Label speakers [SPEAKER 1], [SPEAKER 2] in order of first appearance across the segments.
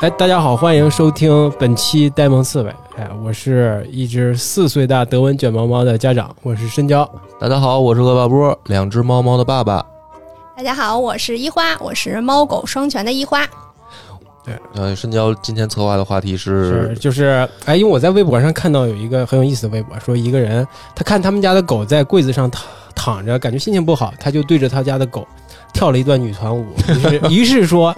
[SPEAKER 1] 哎，大家好，欢迎收听本期呆萌刺猬。哎，我是一只四岁大德文卷毛猫的家长，我是深交。
[SPEAKER 2] 大家好，我是恶霸波，两只猫猫的爸爸。
[SPEAKER 3] 大家好，我是一花，我是猫狗双全的一花。
[SPEAKER 2] 呃，深交今天策划的话题是，
[SPEAKER 1] 就是，哎，因为我在微博上看到有一个很有意思的微博，说一个人他看他们家的狗在柜子上躺躺着，感觉心情不好，他就对着他家的狗跳了一段女团 舞。于是，于是说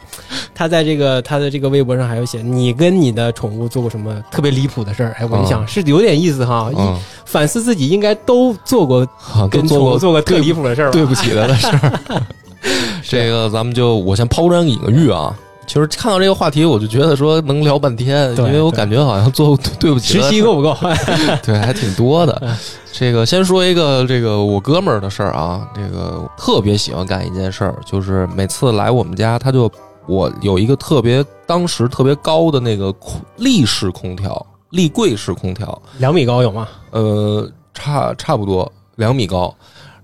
[SPEAKER 1] 他在这个他的这个微博上还有写你跟你的宠物做过什么特别离谱的事儿？哎，我一想、是有点意思哈，一
[SPEAKER 2] 嗯，
[SPEAKER 1] 反思自己应该都做过
[SPEAKER 2] 好都
[SPEAKER 1] 跟
[SPEAKER 2] 做
[SPEAKER 1] 宠物
[SPEAKER 2] 过
[SPEAKER 1] 做过特
[SPEAKER 2] 对
[SPEAKER 1] 离谱的事儿吧？
[SPEAKER 2] 对不起他的事儿。 这个咱们就我先抛砖引玉啊。其实看到这个话题，我就觉得说能聊半天，
[SPEAKER 1] 对
[SPEAKER 2] 因为我
[SPEAKER 1] 对
[SPEAKER 2] 感觉好像做对不起
[SPEAKER 1] 实
[SPEAKER 2] 的
[SPEAKER 1] 习够 不够？
[SPEAKER 2] 对，还挺多的。这个先说一个这个我哥们儿的事儿啊，这个我特别喜欢干一件事儿，就是每次来我们家，他就我有一个特别当时特别高的那个空立式空调，立柜式空调，
[SPEAKER 1] 两米高有吗？
[SPEAKER 2] 呃，差差不多两米高。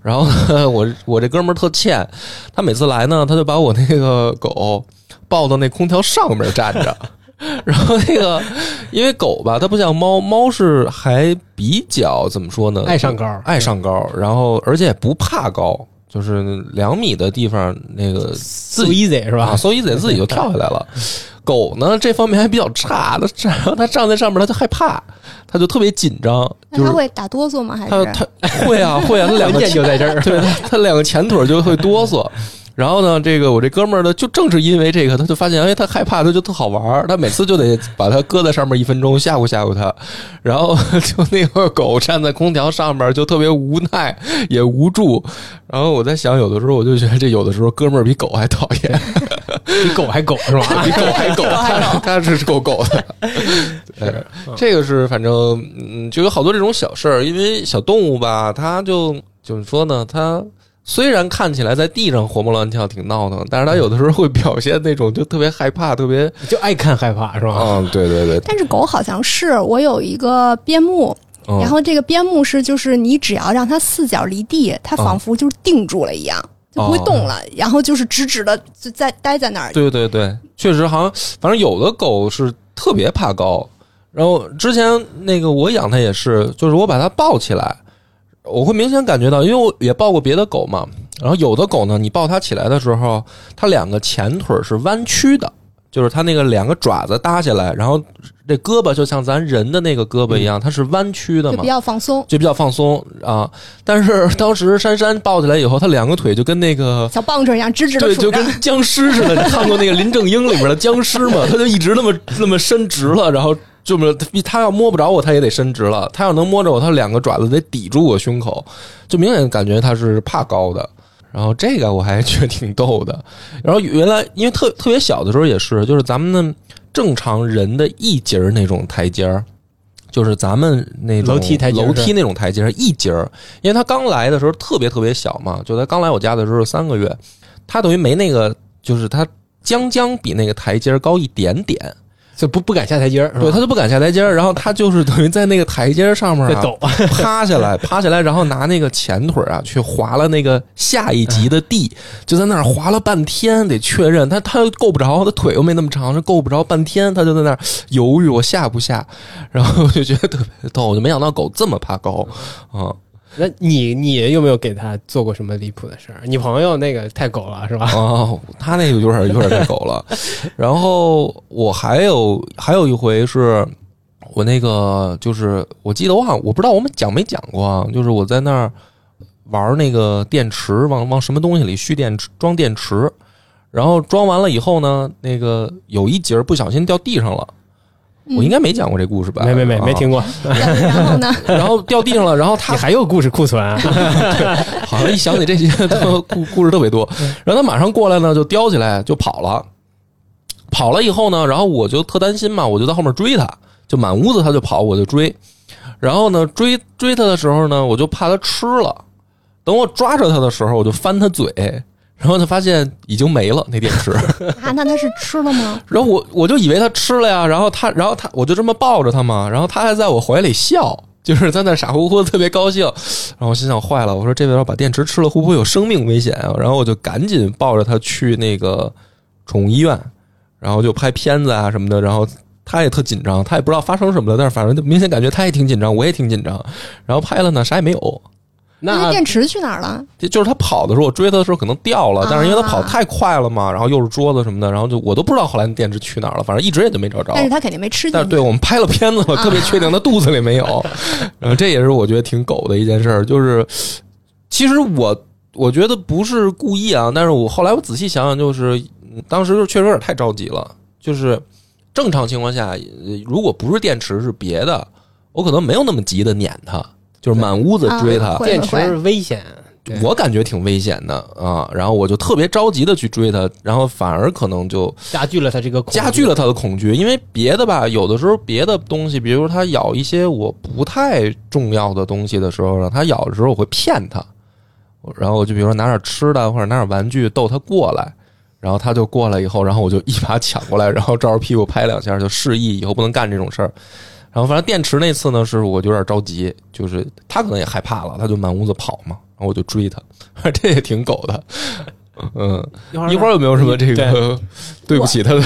[SPEAKER 2] 然后呢， 我我这哥们儿特欠，他每次来呢，他就把我那个狗抱到那空调上面站着。 然后那个，因为狗吧，它不像猫，猫是还比较怎么说呢？
[SPEAKER 1] 爱上高，
[SPEAKER 2] 呃爱上高，然后而且不怕高，就是两米的地方那个
[SPEAKER 1] 自 easy 是吧
[SPEAKER 2] 啊，？所以得自己就跳下来了。狗呢，这方面还比较差，它站，它站在上面，它就害怕，它就特别紧张，就
[SPEAKER 3] 那它
[SPEAKER 2] 是
[SPEAKER 3] 会打哆嗦吗？还
[SPEAKER 2] 它
[SPEAKER 3] 是
[SPEAKER 2] 它 会啊会啊，它两
[SPEAKER 1] 关
[SPEAKER 2] 个
[SPEAKER 1] 键就在这儿。
[SPEAKER 2] 对它它两个前腿就会哆嗦。然后呢，这个我这哥们儿呢，就正是因为这个，他就发现，哎，他害怕，他就特好玩儿，他每次就得把它搁在上面一分钟，吓唬吓唬它。然后 就那个狗站在空调上面，就特别无奈也无助。然后我在想，有的时候我就觉得，这有的时候哥们儿比狗还讨厌。
[SPEAKER 1] 比狗还狗是吧？
[SPEAKER 2] 比狗还狗， 它它是够狗 的。
[SPEAKER 1] 是
[SPEAKER 2] 对，这个是反正嗯，就有好多这种小事儿，因为小动物吧，它就怎么说呢？它虽然看起来在地上活蹦乱跳，挺闹腾，但是它有的时候会表现那种就特别害怕，特别
[SPEAKER 1] 就爱看害怕是吧？
[SPEAKER 2] 嗯，对对对，
[SPEAKER 3] 但是狗好像是我有一个边牧，
[SPEAKER 2] 嗯
[SPEAKER 3] 然后这个边牧是就是你只要让它四脚离地，它
[SPEAKER 2] 嗯
[SPEAKER 3] 仿佛就是定住了一
[SPEAKER 2] 哦
[SPEAKER 3] 样，就不会动了，然后就是直直的就在待在那儿。
[SPEAKER 2] 对对对，确实好像，反正有的狗是特别怕高。然后之前那个我养它也是，就是我把它抱起来，我会明显感觉到，因为我也抱过别的狗嘛。然后有的狗呢，你抱它起来的时候，它两个前腿是弯曲的，就是它那个两个爪子搭下来，然后这胳膊就像咱人的那个胳膊一样，它是弯曲的
[SPEAKER 3] 嗯就
[SPEAKER 2] 嘛
[SPEAKER 3] 比。较放松，
[SPEAKER 2] 就比较放松啊，但是当时珊珊抱起来以后，她两个腿就跟那个
[SPEAKER 3] 小棒槌一样直直的
[SPEAKER 2] 对，
[SPEAKER 3] 杵
[SPEAKER 2] 就
[SPEAKER 3] 着。
[SPEAKER 2] 跟僵尸似的。你看过那个林正英里面的僵尸吗？他就一直那么那么伸直了，然后这么他要摸不着我，他也得伸直了。他要能摸着我，他两个爪子得抵住我胸口，就明显感觉他是怕高的。然后这个我还觉得挺逗的。然后原来因为特特别小的时候也是，就是咱们正常人的一节儿那种台阶儿。就是咱们那种
[SPEAKER 1] 楼梯台阶儿
[SPEAKER 2] 楼梯那种台阶儿一节儿，因为他刚来的时候特别特别小嘛，就他刚来我家的时候三个月，他等于没那个，就是他将将比那个台阶儿高一点点，
[SPEAKER 1] 就不不敢下台阶儿，是吧
[SPEAKER 2] 对，他就不敢下台阶儿，然后他就是等于在那个台阶儿上面
[SPEAKER 1] 在
[SPEAKER 2] 啊
[SPEAKER 1] 抖，
[SPEAKER 2] 趴下来，趴下来，然后拿那个前腿儿啊去划了那个下一级的地，就在那儿划了半天，得确认他他又够不着，他腿又没那么长，他够不着，半天他就在那儿犹豫我下不下，然后我就觉得特别逗，我就没想到狗这么怕高啊。
[SPEAKER 1] 那你你有没有给他做过什么离谱的事儿？你朋友那个太狗了是吧？
[SPEAKER 2] 哦，他那个有点有点太狗 了。然后我还有还有一回是。我那个就是，我记得我好像我不知道我们讲没讲过啊，就是我在那儿玩那个电池，往往什么东西里蓄电池装电池，然后装完了以后呢，那个有一节儿不小心掉地上了，我应该没讲过这故事吧？
[SPEAKER 1] 没没没没
[SPEAKER 2] 啊
[SPEAKER 1] 听过，
[SPEAKER 3] 然后呢，
[SPEAKER 2] 然后掉地上了，然后他
[SPEAKER 1] 你还有故事库存啊？
[SPEAKER 2] 好像一想起这些都故故事特别多。然后他马上过来呢，就叼起来就跑了，跑了以后呢，然后我就特担心嘛，我就在后面追他，就满屋子他就跑，我就追。然后呢，追追他的时候呢，我就怕他吃了。等我抓着他的时候，我就翻他嘴，然后就发现已经没了那电池。
[SPEAKER 3] 啊，那它是吃了 吗？
[SPEAKER 2] 然后我我就以为他吃了呀，然后他然后他我就这么抱着他嘛，然后他还在我怀里笑， 就是在那傻乎乎的特别高兴。然后我心想坏了，我说这要把电池吃了会不会有生命危险啊？然后我就赶紧抱着它去那个宠物医院，然后就拍片子啊什么的，然后。他也特紧张，他也不知道发生什么了，但是反正就明显感觉他也挺紧张，我也挺紧张。然后拍了呢，啥也没有。
[SPEAKER 3] 那
[SPEAKER 1] 那
[SPEAKER 3] 电池去哪儿了？
[SPEAKER 2] 就是他跑的时候，我追他的时候可能掉了
[SPEAKER 3] 啊，
[SPEAKER 2] 但是因为他跑太快了嘛，然后又是桌子什么的，然后就我都不知道后来那电池去哪儿了，反正一直也就没找着。
[SPEAKER 3] 但是他肯定没吃进
[SPEAKER 2] 但是
[SPEAKER 3] 去。
[SPEAKER 2] 对我们拍了片子，我特别确定他肚子里没有。 然后这也是我觉得挺狗的一件事儿，就是其实我我觉得不是故意啊，但是我后来我仔细想想，就是嗯当时确实有点太着急了。就是正常情况下，呃如果不是电池是别的，我可能没有那么急的撵他，就是满屋子追他。
[SPEAKER 3] 啊会
[SPEAKER 1] 电池危险，对
[SPEAKER 2] 我感觉挺危险的啊，然后我就特别着急的去追他，然后反而可能就
[SPEAKER 1] 加剧了他这个恐惧
[SPEAKER 2] 加剧了他的恐惧，因为别的吧，有的时候别的东西，比如说它咬一些我不太重要的东西的时候呢，它咬的时候我会骗它，然后我就比如说拿点吃的或者拿点玩具逗它过来，然后它就过来以后，然后我就一把抢过来，然后照着屁股拍两下，就示意以后不能干这种事儿。然后反正电池那次呢，是我就有点着急，就是它可能也害怕了，它就满屋子跑嘛，然后我就追它， 这也挺狗的， 嗯。一会儿有没有什么这个对不起他的？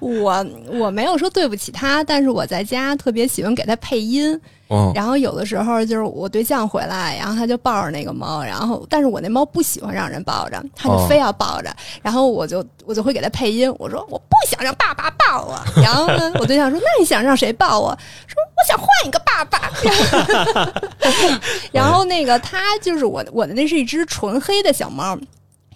[SPEAKER 3] 我我没有说对不起他，但是我在家特别喜欢给他配音。
[SPEAKER 2] 嗯
[SPEAKER 3] 然后有的时候就是我对象回来，然后他就抱着那个猫，然后但是我那猫不喜欢让人抱着，它就
[SPEAKER 2] 哦
[SPEAKER 3] 非要抱着，然后我就我就会给它配音，我说我不想让爸爸抱 我，然后呢，我对象说那你想让谁抱我？说我想换一个爸爸。然后 然后那个它就是我我的那是一只纯黑的小猫。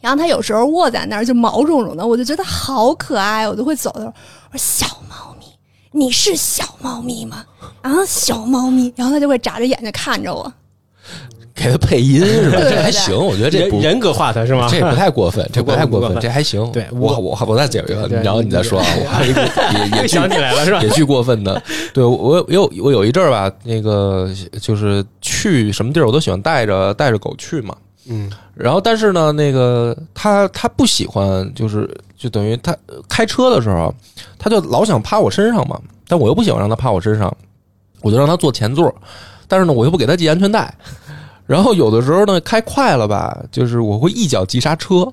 [SPEAKER 3] 然后它有时候卧在那儿就毛茸茸的，我就觉得好可爱，我就会走的时候我说小猫咪，你是小猫咪吗？ 啊，小猫咪，然后它就会眨着眼睛看着我。
[SPEAKER 2] 给他配音是吧？
[SPEAKER 3] 对对
[SPEAKER 2] 这还行，我觉得这
[SPEAKER 1] 人
[SPEAKER 2] 不
[SPEAKER 1] 人格化他是吗？
[SPEAKER 2] 这 不太过分，这不太
[SPEAKER 1] 不
[SPEAKER 2] 过
[SPEAKER 1] 过
[SPEAKER 2] 分，
[SPEAKER 1] 分
[SPEAKER 2] 这还行。
[SPEAKER 1] 对
[SPEAKER 2] 我我我再讲一个，
[SPEAKER 1] 对
[SPEAKER 2] 然后你再说啊，我还有一个也也
[SPEAKER 1] 又
[SPEAKER 2] 巨
[SPEAKER 1] 想起来了是吧？
[SPEAKER 2] 也巨过分的。对我我有我有我有一阵儿吧，那个就是去什么地儿我都喜欢带着带着狗去嘛。
[SPEAKER 1] 嗯，
[SPEAKER 2] 然后但是呢，那个他他不喜欢，就是就等于他呃开车的时候，他就老想趴我身上嘛，但我又不喜欢让他趴我身上，我就让他坐前座，但是呢，我又不给他系安全带。然后有的时候呢，开快了吧，就是我会一脚急刹车，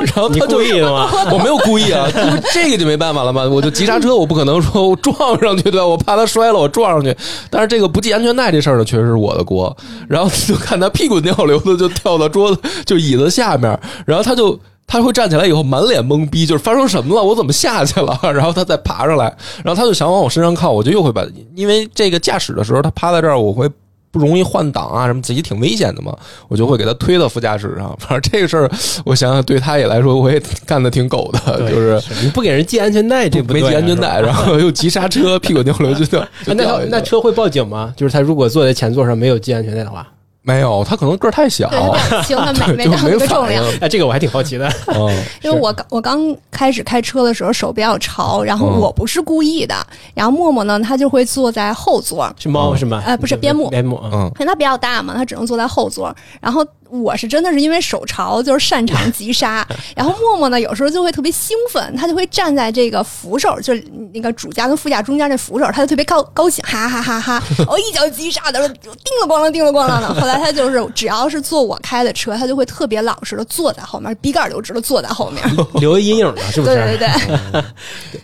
[SPEAKER 2] 然后
[SPEAKER 1] 你
[SPEAKER 2] 他就
[SPEAKER 1] 故意的吗？
[SPEAKER 2] 我没有故意啊，就是这个就没办法了嘛。我就急刹车，我不可能说我撞上去对吧？我怕他摔了，我撞上去。但是这个不系安全带这事儿呢，确实是我的锅。
[SPEAKER 1] 嗯
[SPEAKER 2] 然后就看他屁滚尿流的就跳到桌子，就椅子下面，然后他就。他会站起来以后满脸懵逼，就是发生什么了？我怎么下去了？ 然后他再爬上来，然后他就想往我身上靠，我就又会把，因为这个驾驶的时候他趴在这儿，我会不容易换挡啊，什么自己挺危险的嘛，我就会给他推到副驾驶上。 反正这个事儿，我想想对他也来说，我也干的挺狗的，
[SPEAKER 1] 对
[SPEAKER 2] 就是
[SPEAKER 1] 你不给人系安全带，这不
[SPEAKER 2] 没
[SPEAKER 1] 对
[SPEAKER 2] 系
[SPEAKER 1] 啊
[SPEAKER 2] 安全。
[SPEAKER 1] 是吧
[SPEAKER 2] 带，然后又急刹车，屁滚尿流就掉。
[SPEAKER 1] 哎
[SPEAKER 2] 就
[SPEAKER 1] 那
[SPEAKER 2] 掉
[SPEAKER 1] 他
[SPEAKER 2] 下去
[SPEAKER 1] 那
[SPEAKER 2] 了
[SPEAKER 1] 车会报警吗？就是他如果坐在前座上没有系安全带的话，
[SPEAKER 2] 没有，他可能个儿太小，
[SPEAKER 3] 对， 它比较轻，它没没
[SPEAKER 2] 哦就没
[SPEAKER 3] 到那个重
[SPEAKER 2] 反应
[SPEAKER 3] 量。。
[SPEAKER 1] 哎，这个我还挺好奇的。
[SPEAKER 2] 嗯，
[SPEAKER 3] 因为我刚我刚开始开车的时候手比较潮，然后
[SPEAKER 2] 嗯
[SPEAKER 3] 我不是故意的。然后默默呢，他就会坐在后座，
[SPEAKER 1] 是猫是吗？
[SPEAKER 3] 呃不是边牧
[SPEAKER 1] 边牧啊，
[SPEAKER 2] 嗯
[SPEAKER 3] 因为他比较大嘛，他只能坐在后座。然后我是真的是因为手潮，就是擅长急刹。然后默默呢，有时候就会特别兴奋，他就会站在这个扶手，就是那个主驾跟副驾中间那扶手，他就特别高高兴，哈哈哈哈！我一脚急刹的时候，叮了咣啷，叮了咣啷的。后来他就是只要是坐我开的车，他就会特别老实的坐在后面，笔杆儿留直的坐在后面。
[SPEAKER 1] 留阴影了是不啊
[SPEAKER 3] 对
[SPEAKER 1] 是？
[SPEAKER 3] 对对，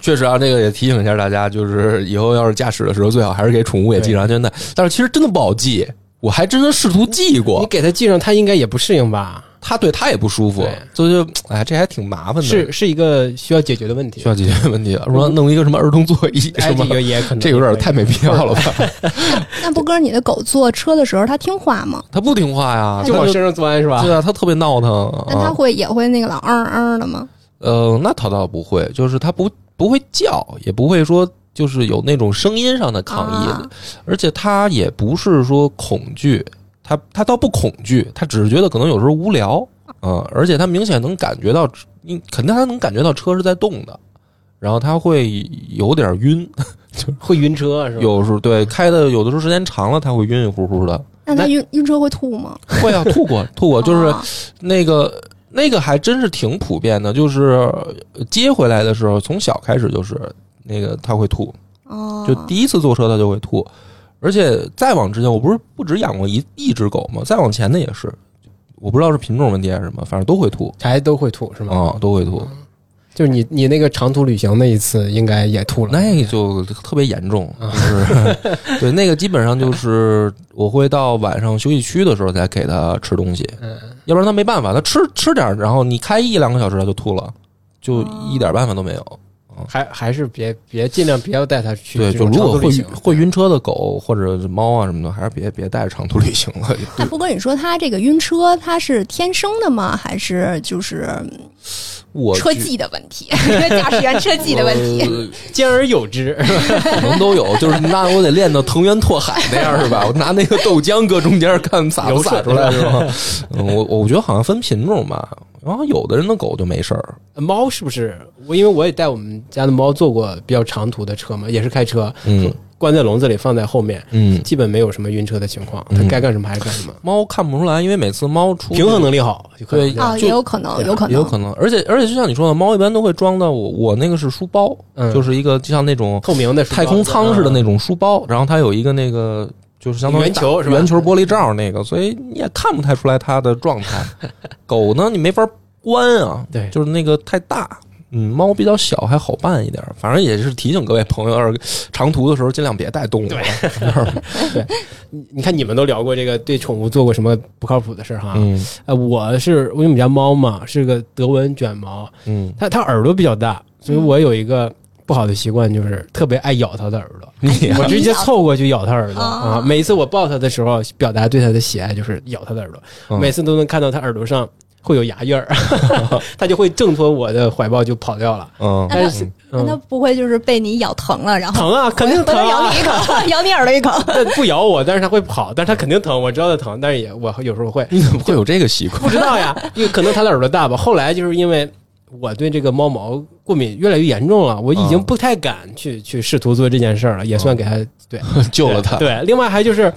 [SPEAKER 2] 确实啊，这个也提醒一下大家，就是以后要是驾驶的时候，最好还是给宠物也系上安全带。但是其实真的不好系，我还真的试图系
[SPEAKER 1] 你
[SPEAKER 2] 过，
[SPEAKER 1] 给他系上，他应该也不适应吧？
[SPEAKER 2] 它对它也不舒服
[SPEAKER 1] 对，
[SPEAKER 2] 所以就哎，这还挺麻烦的，
[SPEAKER 1] 是是一个需要解决的问题
[SPEAKER 2] 需。要解决问题的。说弄一个什么儿童座椅
[SPEAKER 1] 哎，
[SPEAKER 2] 是
[SPEAKER 1] 这
[SPEAKER 2] 吗？
[SPEAKER 1] 个也可能
[SPEAKER 2] 这有点太没必要了吧？
[SPEAKER 3] 那波哥，你的狗坐车的时候，它听话吗？
[SPEAKER 2] 它不听话呀，
[SPEAKER 1] 就
[SPEAKER 2] 它
[SPEAKER 1] 往
[SPEAKER 2] 就
[SPEAKER 1] 身上钻是吧？
[SPEAKER 2] 对啊，它特别闹腾
[SPEAKER 3] 那它
[SPEAKER 2] 啊。
[SPEAKER 3] 会也会那个老嗯嗯的吗？
[SPEAKER 2] 呃，那它倒不会，就是它不不会叫，也不会说就是有那种声音上的抗议，
[SPEAKER 3] 啊
[SPEAKER 2] 而且他也不是说恐惧，他他倒不恐惧，他只是觉得可能有时候无聊，嗯，而且他明显能感觉到，你肯定他能感觉到车是在动的，然后他会有点晕，
[SPEAKER 1] 会晕车是吧？
[SPEAKER 2] 有时候对开的有的时候时间长了他会晕晕乎乎的，
[SPEAKER 3] 那它
[SPEAKER 1] 那
[SPEAKER 3] 晕晕车会吐吗？
[SPEAKER 2] 会 啊吐过吐过，就是
[SPEAKER 3] 啊
[SPEAKER 2] 那个那个还真是挺呃普遍的，就是接回来的时候从小开始就是那个他会吐，
[SPEAKER 3] 哦，
[SPEAKER 1] 嗯
[SPEAKER 2] 就第一次坐车它就会吐，而且再往之前，我不是不止养过一一只狗吗？再往前的也是，我不知道是品种问题还是什么，反正都会吐
[SPEAKER 1] 还都会吐是吗？
[SPEAKER 2] 啊、都会
[SPEAKER 1] 嗯
[SPEAKER 2] 吐，
[SPEAKER 1] 就是你你那个长途旅行那一次应该也吐了，
[SPEAKER 2] 那就特别严重，
[SPEAKER 1] 嗯
[SPEAKER 2] 就是 对那个基本上就是我会到晚上休息区的时候才给它吃东西，
[SPEAKER 1] 嗯，
[SPEAKER 2] 要不然它没办法，它吃吃点儿，然后你开一两个小时它就吐了，就
[SPEAKER 1] 哦
[SPEAKER 2] 一点办法都没有。
[SPEAKER 1] 还还是别别尽量不要带它去
[SPEAKER 2] 对，
[SPEAKER 1] 这
[SPEAKER 2] 就
[SPEAKER 1] 种
[SPEAKER 2] 如
[SPEAKER 1] 长
[SPEAKER 2] 果
[SPEAKER 1] 途
[SPEAKER 2] 会
[SPEAKER 1] 旅行
[SPEAKER 2] 晕会晕车的狗或者是猫啊什么的，还是别别带着长途旅行了。
[SPEAKER 3] 哎，不过你说它这个晕车，它是天生的吗？还是就是
[SPEAKER 2] 我
[SPEAKER 3] 车
[SPEAKER 2] 觉
[SPEAKER 3] 技的问 题？驾驶员车技的问题？
[SPEAKER 2] 呃
[SPEAKER 1] 兼而有之，
[SPEAKER 2] 可能呃都有， 就是那我得练到藤原拓海那样是吧？我拿那个豆浆搁中间看洒不洒出来是吧？嗯，我我觉得好像分品种吧。然后有的人的狗就没事儿，
[SPEAKER 1] 呃猫是不是？我因为我也带我们家的猫坐过比较长途的车嘛，也是开车，
[SPEAKER 2] 嗯
[SPEAKER 1] 关在笼子里，放在后面，
[SPEAKER 2] 嗯，
[SPEAKER 1] 基本没有什么晕车的情况。
[SPEAKER 2] 嗯
[SPEAKER 1] 它该干什么还是干什么，
[SPEAKER 2] 猫看不出来，因为每次猫出
[SPEAKER 1] 平衡能力好就可以
[SPEAKER 2] 对
[SPEAKER 1] 了。
[SPEAKER 3] 哦，
[SPEAKER 2] 就
[SPEAKER 3] 也有可能，有可能，
[SPEAKER 2] 也有可能，而且而且就像你说的，猫一般都会装到我我那个是书包，
[SPEAKER 1] 嗯
[SPEAKER 2] 就是一个就像那种
[SPEAKER 1] 透明的啊书包
[SPEAKER 2] 太空舱似的那种书包，然后它有一个那个就是相当于
[SPEAKER 1] 嗯圆球是吧
[SPEAKER 2] 圆球玻璃罩那个，所以你也看不太出来它的状态。 狗呢，你没法关啊，
[SPEAKER 1] 对
[SPEAKER 2] 就是那个太大。嗯，猫比较小，还好办一点儿。反正也是提醒各位朋友，要是长途的时候尽量别带动物啊了。
[SPEAKER 1] 你你看你们都聊过这个对宠物做过什么不靠谱的事儿哈？
[SPEAKER 2] 嗯
[SPEAKER 1] 呃，我是因为我们家猫嘛，是个德文卷毛，
[SPEAKER 2] 嗯，
[SPEAKER 1] 它它耳朵比较大，所以
[SPEAKER 3] 嗯
[SPEAKER 1] 我有一个不好的习惯，就是特别爱咬它的耳朵。
[SPEAKER 2] 你啊
[SPEAKER 1] 我直接凑过去咬它耳朵
[SPEAKER 3] 啊
[SPEAKER 1] 啊！每次我抱它的时候，表达对它的喜爱就是咬它的耳朵，
[SPEAKER 2] 嗯
[SPEAKER 1] 每次都能看到它耳朵上会有牙印儿， 它就会挣脱我的怀抱就跑掉了。
[SPEAKER 2] 嗯
[SPEAKER 3] 那
[SPEAKER 1] 但
[SPEAKER 3] 它
[SPEAKER 1] 是
[SPEAKER 3] 那它
[SPEAKER 1] 嗯
[SPEAKER 3] 不会就是被你咬疼了，然后
[SPEAKER 1] 疼啊，肯定
[SPEAKER 3] 回
[SPEAKER 1] 疼
[SPEAKER 3] 头咬
[SPEAKER 1] 啊
[SPEAKER 3] 你！一口，咬你耳朵一口？
[SPEAKER 1] 它 不咬我，但是它会跑，但是它肯定疼，我知道它疼，但是也我有时候会
[SPEAKER 2] 你怎么会有这个 习惯？
[SPEAKER 1] 不知道呀，因为可能它的耳朵大吧。后来就是因为我对这个猫毛过敏越来越严重了，我已经
[SPEAKER 2] 嗯
[SPEAKER 1] 不太敢去去试图做这件事儿了，也算给它对
[SPEAKER 2] 救了它。
[SPEAKER 1] 对，另外还就是，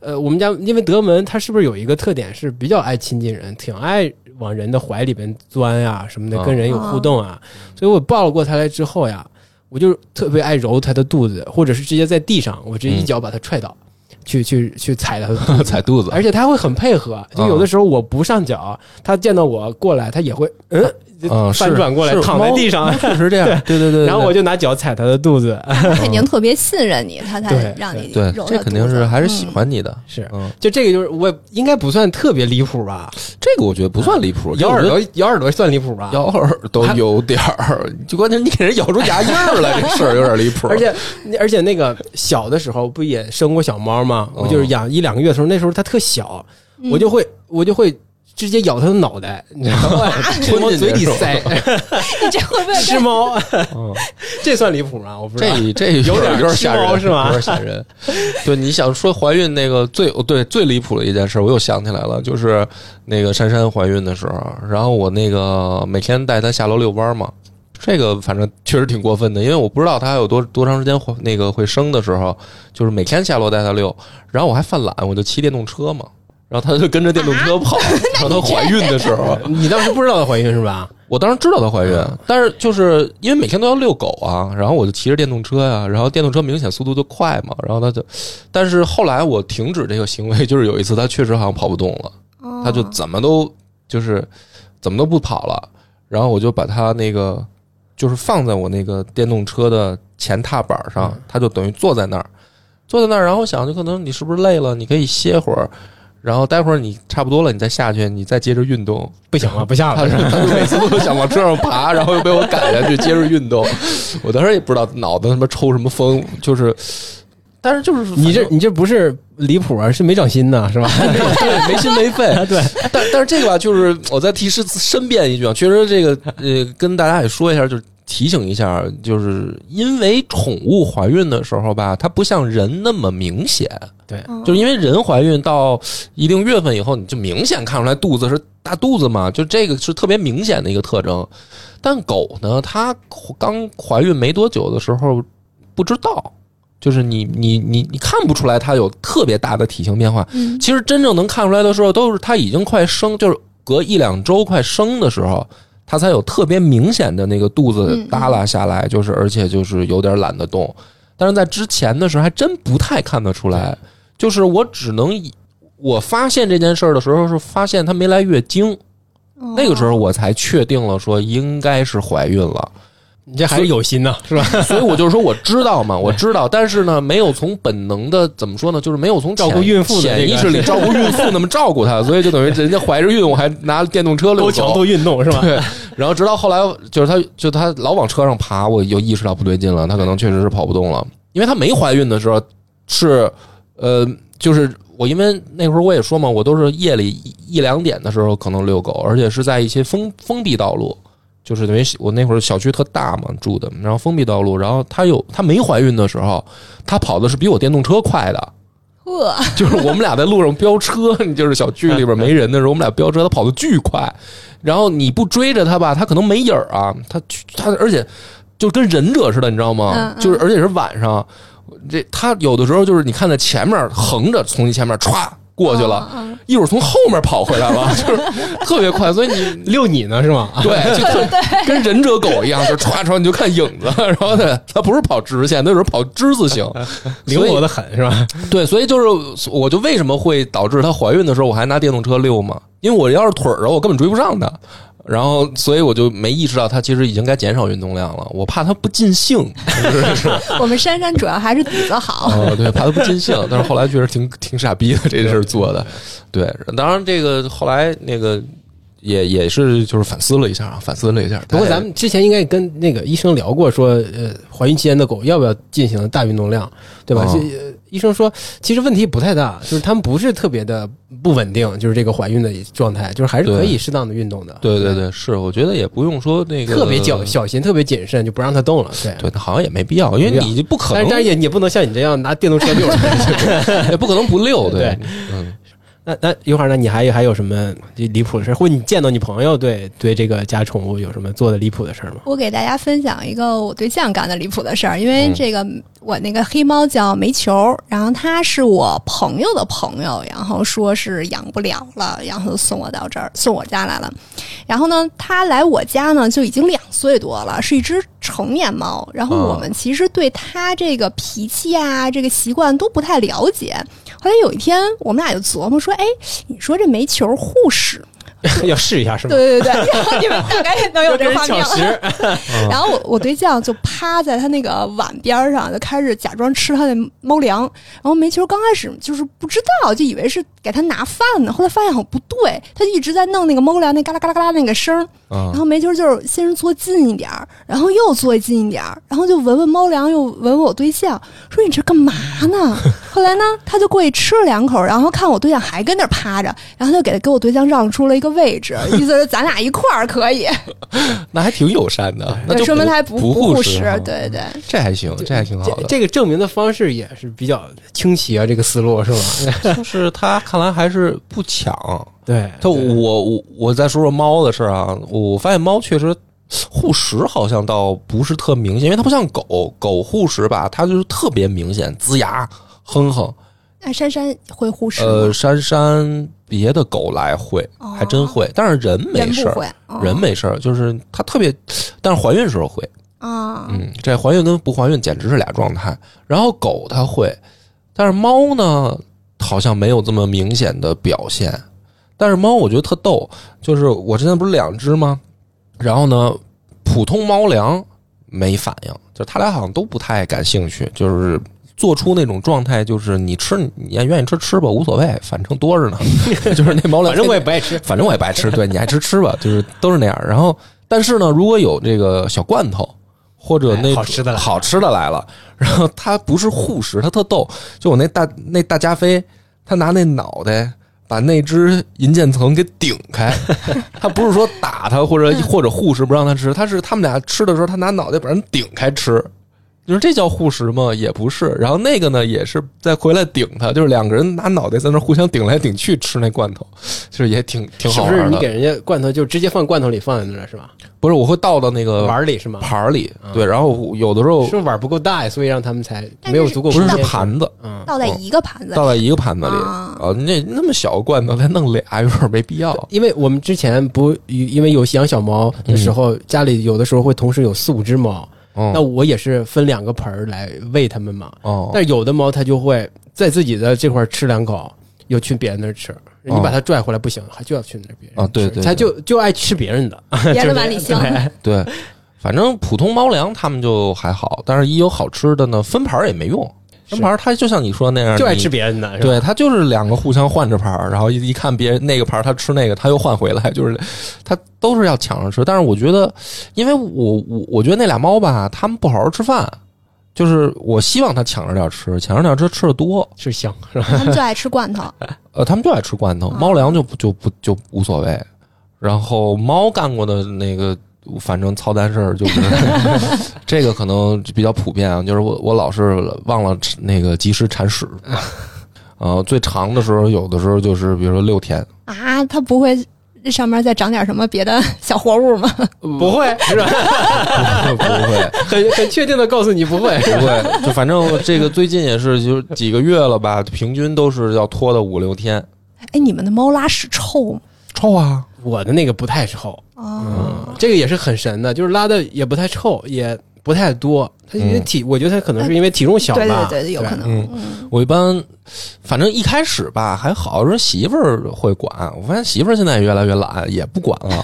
[SPEAKER 1] 呃，我们家因为德门它是不是有一个特点是比较爱亲近人，挺爱往人的怀里边钻呀、什么的，
[SPEAKER 2] 啊
[SPEAKER 1] 跟人有互动啊。所以我抱了过它来之后呀，我就特别爱揉它的肚子，或者是直接在地上，我直接一脚把它踹倒，去去去踩它的肚 子。啊
[SPEAKER 2] 踩肚子，
[SPEAKER 1] 而且它会很配合，就有的时候我不上脚，它见到我过来，它也会嗯
[SPEAKER 2] 嗯，
[SPEAKER 1] 翻
[SPEAKER 2] 是
[SPEAKER 1] 转过来
[SPEAKER 2] 是
[SPEAKER 1] 躺在
[SPEAKER 2] 猫
[SPEAKER 1] 地上
[SPEAKER 2] 猫确实这样。对对对对，
[SPEAKER 1] 然后
[SPEAKER 2] 对
[SPEAKER 1] 我就拿脚踩它的肚子，
[SPEAKER 3] 它肯定特别信任你，它才
[SPEAKER 1] 对
[SPEAKER 3] 让你
[SPEAKER 2] 嗯对
[SPEAKER 3] 揉，它
[SPEAKER 2] 这肯定
[SPEAKER 3] 肚子
[SPEAKER 2] 是还是喜。欢你的。
[SPEAKER 1] 是。
[SPEAKER 2] 嗯，
[SPEAKER 1] 就这个就是我应该不算特别离谱吧，
[SPEAKER 2] 这个我觉得不算离谱，
[SPEAKER 1] 咬耳朵咬耳朵算离谱 吧？
[SPEAKER 2] 咬耳朵有点儿，就关键你给人咬出牙印 儿来，这事儿有点离谱。
[SPEAKER 1] 而且而且那个小的时候不也生过小猫吗？
[SPEAKER 2] 嗯
[SPEAKER 1] 我就是养一两个月的时候，那时候它特小，我就会我就会直接咬它的脑袋，你知道吗？ 就往嘴里塞，
[SPEAKER 3] 你这会不会
[SPEAKER 1] 吃
[SPEAKER 3] 跟
[SPEAKER 1] 猫，
[SPEAKER 2] 嗯
[SPEAKER 1] 这算离谱吗？我不知道。
[SPEAKER 2] 这这有
[SPEAKER 1] 有点
[SPEAKER 2] 点有点吓
[SPEAKER 1] 鸡毛
[SPEAKER 2] 人
[SPEAKER 1] 是吗
[SPEAKER 2] 有点吓人。对，你想说怀孕那个最哦对最离谱的一件事，我又想起来了，就是那个珊珊怀孕的时候，然后我那个每天带她下楼遛弯嘛。这个反正确实挺过分的，因为我不知道她还有多多长时间会那个会生的时候，就是每天下楼带她遛，然后我还犯懒，我就骑电动车嘛，然后她就跟着电动 车跑，然后她怀孕的时候，
[SPEAKER 1] 你当时不知道它怀孕是吧？
[SPEAKER 2] 我当时知道她怀孕，但是就是因为每天都要遛狗啊，然后我就骑着电动车呀、然后电动车明显速度就快嘛，然后她就，但是后来我停止这个行为，就是有一次她确实好像跑不动了，
[SPEAKER 3] 哦
[SPEAKER 2] 她就怎么都就是怎么都不跑了，然后我就把她那个就是放在我那个电动车的前踏板上，她就等于坐在那儿，坐在那儿，然后我想就可能你是不是累了，你可以歇会儿，然后待会儿你差不多了，你再下去，你再接着运动。
[SPEAKER 1] 不行啊了，不下
[SPEAKER 2] 他
[SPEAKER 1] 了
[SPEAKER 2] 是。他是每次都想往车上爬，然后又被我赶下去接着运动。我当时也不知道脑子他妈抽什么风，就是，但是就是
[SPEAKER 1] 你这你这不是离谱啊，是没长心呐，是吧？
[SPEAKER 2] 对没心没肺， 对。但但是这个吧，就是我再提示申辩一句啊，确实这个呃，跟大家也说一下，就是提醒一下，就是因为宠物怀孕的时候吧，它不像人那么明显，
[SPEAKER 1] 对，
[SPEAKER 3] 哦嗯
[SPEAKER 2] 就是因为人怀孕到一定月份以后，你就明显看出来肚子是大肚子嘛，就这个是特别明显的一个特征。但狗呢，它刚怀孕没多久的时候不知道，就是你你你你看不出来它有特别大的体型变化。
[SPEAKER 3] 嗯
[SPEAKER 2] 其实真正能看出来的时候，都是它已经快生，就是隔一两周快生的时候。它才有特别明显的那个肚子
[SPEAKER 3] 嗯嗯
[SPEAKER 2] 耷拉下来，就是而且就是有点懒得动。但是在之前的时候还真不太看得出来，就是我只能以我发现这件事儿的时候是发现她没来月经，
[SPEAKER 3] 哦
[SPEAKER 2] 那个时候我才确定了说应该是怀孕了，
[SPEAKER 1] 你这还是有 心呐，是吧？
[SPEAKER 2] 所以我就是说我知道嘛，我知道，但是呢，没有从本能的怎么说呢，就是没有从
[SPEAKER 1] 照顾
[SPEAKER 2] 潜
[SPEAKER 1] 孕妇的
[SPEAKER 2] 潜
[SPEAKER 1] 这个
[SPEAKER 2] 意识里照顾孕妇那么照顾她，所以就等于人家怀着孕，我还拿电动车
[SPEAKER 1] 高
[SPEAKER 2] 溜
[SPEAKER 1] 强
[SPEAKER 2] 走，
[SPEAKER 1] 度运动是吧？
[SPEAKER 2] 对，然后直到后来，就是她，就她老往车上爬，我就意识到不对劲了，她可能确实是跑不动了，因为她没怀孕的时候是，呃，就是我因为那会儿我也说嘛，我都是夜里一一两点的时候可能遛狗，而且是在一些封封闭道路，就是等于我那会儿小区特大嘛住的，然后封闭道路，然后她有她没怀孕的时候，她跑的是比我电动车快的，
[SPEAKER 3] 哦呵，
[SPEAKER 2] 就是我们俩在路上飙车， 你就是小区里边没人的时候，我们俩飙车，他跑得巨快，然后你不追着他吧，他可能没影儿啊，他他而且就跟忍者似的，你知道吗
[SPEAKER 3] 嗯？嗯
[SPEAKER 2] 就是而且是晚上，这他有的时候就是你看在前面横着从你前面歘过去了，
[SPEAKER 3] 嗯，嗯
[SPEAKER 2] 一会儿从后面跑回来了， 就是特别快，所以 你
[SPEAKER 1] 遛你呢是吗？
[SPEAKER 2] 对，就特跟忍者狗一样，就歘歘你就看影子，然后他他不是跑直线，他有时候跑之字形，
[SPEAKER 1] 灵
[SPEAKER 2] 所以
[SPEAKER 1] 活的很是吧？
[SPEAKER 2] 对，所以就是，我就为什么会导致她怀孕的时候，我还拿电动车溜嘛？因为我要是腿儿啊，我根本追不上她。然后，所以我就没意识到她其实已经该减少运动量了。我怕她不尽 兴，是是？
[SPEAKER 3] 我们珊珊主要还是底子好，
[SPEAKER 2] 哦，对，怕她不尽兴。但是后来确实挺挺傻逼的，这事儿做的。对，当然这个后来那个也也是就是反思了一下啊，反思了一下。
[SPEAKER 1] 不过
[SPEAKER 2] 她也
[SPEAKER 1] 咱们之前应该跟那个医生聊过说，呃，怀孕期间的狗要不要进行大运动量，对吧？
[SPEAKER 2] 哦
[SPEAKER 1] 这、呃医生说，其实问题不太大，就是它们不是特别的不稳定，就是这个怀孕的状态，就是还是可以
[SPEAKER 2] 对
[SPEAKER 1] 适当的运动的。
[SPEAKER 2] 对对对，是，我觉得也不用说那个
[SPEAKER 1] 特别小小心，特别谨慎，就不让它动了。对，
[SPEAKER 2] 对，好像也没必要，因为
[SPEAKER 1] 没必要
[SPEAKER 2] 你不可
[SPEAKER 1] 但
[SPEAKER 2] 能
[SPEAKER 1] 是，但是也也不能像你这样拿电动车溜出去。
[SPEAKER 2] 也不可能不溜，
[SPEAKER 1] 对，
[SPEAKER 2] 嗯。
[SPEAKER 1] 那那一会儿呢？你还有还有什么离谱的事儿？或者你见到你朋友对对这个家宠物有什么做的离谱的事儿 吗？
[SPEAKER 3] 我给大家分享一个我对酱干的离谱的事儿，因为
[SPEAKER 2] 嗯
[SPEAKER 3] 这个我那个黑猫叫煤球，然后它是我朋友的朋友，然后说是养不了了，然后送我到这儿，送我家来了。然后呢，它来我家呢就已经两岁多了，是一只成年猫。然后我们其实对它这个脾气啊、这个习惯都不太了解。后来有一天，我们俩就琢磨说：“哎，你说这煤球护食
[SPEAKER 1] 要试一下是吗？
[SPEAKER 3] 对对对，然后你们大概能有
[SPEAKER 1] 要
[SPEAKER 3] 这
[SPEAKER 1] 跟人
[SPEAKER 3] 个画面
[SPEAKER 1] 抢
[SPEAKER 3] 了。”
[SPEAKER 1] 食，
[SPEAKER 2] 嗯
[SPEAKER 3] 然后我我对酱就趴在他那个碗边儿上，就开始假装吃他的猫粮。然后煤球刚开始就是不知道，就以为是给他拿饭呢，后来发现好像不对，他就一直在弄那个猫粮那嘎啦嘎啦嘎啦那个声儿。
[SPEAKER 2] 啊
[SPEAKER 3] 然后煤球就是先是坐近一点儿，然后又坐近一点儿，然后就闻闻猫粮，又闻闻我对象，说你这干嘛 呢？后来呢，他就过去吃了两口，然后看我对象还跟那儿趴着，然后就给给我对象让出了一个位置，意思是咱俩一块儿可以。
[SPEAKER 2] 那还挺友善的， 那就
[SPEAKER 3] 对，说明他还
[SPEAKER 2] 不
[SPEAKER 3] 不
[SPEAKER 2] 不护
[SPEAKER 3] 护食，对对。
[SPEAKER 2] 这还行，这还挺好
[SPEAKER 1] 这
[SPEAKER 2] 的。
[SPEAKER 1] 这个证明的方式也是比较清奇啊，这个思路是吗？
[SPEAKER 2] 就是他看来还是不 抢。
[SPEAKER 1] 对，
[SPEAKER 2] 他我我我再说说猫的事儿啊，我发现猫确实护食好像倒不是特明显，因为它不像狗，狗护食吧，它就是特别明显，龇牙哼哼。
[SPEAKER 3] 那珊珊会护食吗？
[SPEAKER 2] 呃，珊珊别的狗来会，
[SPEAKER 3] 哦
[SPEAKER 2] 还真会，但是人没
[SPEAKER 3] 人
[SPEAKER 2] 事
[SPEAKER 3] 不
[SPEAKER 2] 儿。
[SPEAKER 3] 会，哦
[SPEAKER 2] 人没事儿，就是它特别，但是怀孕时候会，
[SPEAKER 3] 啊，
[SPEAKER 2] 嗯，这怀孕跟不怀孕简直是俩状态。然后狗它会，但是猫呢，好像没有这么明显的表现。但是猫我觉得特逗，就是我之前不是两只吗？然后呢，普通猫粮没反应，就是它俩好像都不太感兴趣，就是做出那种状态，就是你吃你愿意吃吃吧，无所谓，反正多着呢。 就是那猫粮，
[SPEAKER 1] 反正我也不爱吃。
[SPEAKER 2] 反正我也不爱吃，对你爱吃吃吧，就是都是那样。然后，但是呢，如果有这个小罐头或者那
[SPEAKER 1] 哎好吃的来了
[SPEAKER 2] 好吃的来了， 然后它不是护食，它特逗。就我那大那大加菲，它拿那脑袋。把那只银渐层给顶开，它不是说打它或者或者护食不让它吃，它是他们俩吃的时候，它拿脑袋把人顶开吃，你说这叫护食吗？也不是。然后那个呢，也是再回来顶它，就是两个人拿脑袋在那互相顶来顶去吃那罐头，就是也挺 挺
[SPEAKER 1] 是
[SPEAKER 2] 好
[SPEAKER 1] 不是
[SPEAKER 2] 玩
[SPEAKER 1] 你
[SPEAKER 2] 的。
[SPEAKER 1] 给人家罐头就直接放罐头里放在那儿是吧？
[SPEAKER 2] 不是，我会倒到那个
[SPEAKER 1] 碗儿里是 吗？
[SPEAKER 2] 盘儿里，对。然后有的时候
[SPEAKER 1] 是不是碗不够大呀，所以让他们才
[SPEAKER 3] 但是
[SPEAKER 1] 没有足够
[SPEAKER 2] 不是
[SPEAKER 1] 空
[SPEAKER 2] 是
[SPEAKER 1] 间吃
[SPEAKER 2] 盘子，
[SPEAKER 1] 嗯，
[SPEAKER 3] 倒在一个盘子里
[SPEAKER 2] 哦倒在一个盘子里
[SPEAKER 3] 啊
[SPEAKER 2] 啊，那那么小个罐头再弄俩，有点没必要。
[SPEAKER 1] 因为我们之前不因为有养小猫的时候，家里有的时候会同时有四五只猫，
[SPEAKER 2] 嗯
[SPEAKER 1] 那我也是分两个盆儿来喂它们嘛。
[SPEAKER 2] 哦，
[SPEAKER 1] 但是有的猫它就会在自己的这块儿吃两口，又去别人那儿吃。你把它拽回来不行，还就要去那儿别人
[SPEAKER 2] 啊哦对
[SPEAKER 1] 吃
[SPEAKER 2] 对
[SPEAKER 1] 它
[SPEAKER 2] 对
[SPEAKER 1] 就就爱吃别人 的，
[SPEAKER 3] 别
[SPEAKER 1] 就
[SPEAKER 3] 人
[SPEAKER 1] 是
[SPEAKER 3] 碗里香。
[SPEAKER 1] 对
[SPEAKER 2] 对，反正普通猫粮它们就还好，但是一有好吃的呢，分盘儿也没用。分盘儿它就像你说那 样，
[SPEAKER 1] 就爱
[SPEAKER 2] 你
[SPEAKER 1] 吃别 人的。是吧，
[SPEAKER 2] 对，它就是两个互相换着盘儿，然后一一看别人那个盘儿，它吃那个，它又换回来，就是它都是要抢着吃。但是我觉得，因为我我我觉得那俩猫吧，它们不好好吃饭，就是我希望它抢着点儿吃，抢着点儿吃吃的多，
[SPEAKER 1] 吃香是吧？
[SPEAKER 3] 他们就爱吃罐头，
[SPEAKER 2] 呃，它们就爱吃罐头，
[SPEAKER 3] 啊
[SPEAKER 2] 猫粮就不就不就无所谓。然后猫干过的那个，反正操蛋事儿就是 这个可能比较普遍啊，就是我我老是忘了吃那个及时铲屎。呃，最长的时候，有的时候就是比如说六天，
[SPEAKER 3] 啊，它不会上面再长点什么别的 小活物吗？
[SPEAKER 2] 嗯
[SPEAKER 1] 不会是吧？
[SPEAKER 2] 不会，
[SPEAKER 1] 很很确定的告诉你不会。
[SPEAKER 2] 不会，就反正这个最近也是，就是几个月了吧，平均都是要拖到五六天。
[SPEAKER 3] 哎，你们的猫拉屎臭吗？
[SPEAKER 2] 臭啊！
[SPEAKER 1] 我的那个不太臭，
[SPEAKER 3] 啊，
[SPEAKER 2] 嗯
[SPEAKER 1] 这个也是很神的，就是拉的也不太臭，也不太多。它因为
[SPEAKER 2] 嗯
[SPEAKER 1] 体，我觉得它可能是因为体重小
[SPEAKER 3] 对
[SPEAKER 1] 吧
[SPEAKER 3] 对，对，有可能。
[SPEAKER 2] 嗯
[SPEAKER 3] 嗯，
[SPEAKER 2] 我一般，反正一开始吧还好，说媳妇儿会管。我发现媳妇儿现在也越来越懒，也不管 了。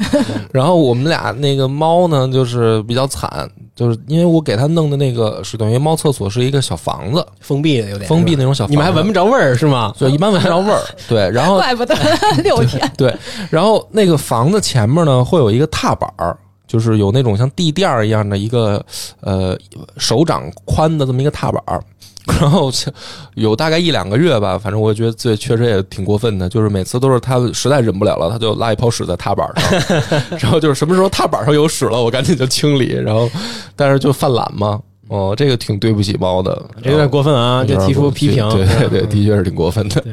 [SPEAKER 2] 然后我们俩那个猫呢，就是比较惨，就是因为我给它弄的那个是等于猫厕所是一个小房子，
[SPEAKER 1] 封闭的有点
[SPEAKER 2] 封闭那种小房子，
[SPEAKER 1] 你们还闻不着味儿是吗？
[SPEAKER 2] 就一般闻不着 味儿。对，然后
[SPEAKER 3] 怪不得
[SPEAKER 2] 哦
[SPEAKER 3] 六天。
[SPEAKER 2] 对，然后那个房子前面呢会有一个踏板儿，就是有那种像地垫儿一样的一个呃手掌宽的这么一个踏板儿。 然后就有大概一两个月吧，反正我觉得这确实也挺过分的，就是每次都是他实在忍不了了，他就拉一泡屎在踏板上， 然后就是什么时候踏板上有屎了，我赶紧就清理，然后但是就犯懒嘛，哦，这个挺对不起猫的，
[SPEAKER 1] 这有点过分啊，
[SPEAKER 2] 然
[SPEAKER 1] 就
[SPEAKER 2] 后
[SPEAKER 1] 提出批评。嗯
[SPEAKER 2] 对对对，的确是挺过分的，
[SPEAKER 1] 对，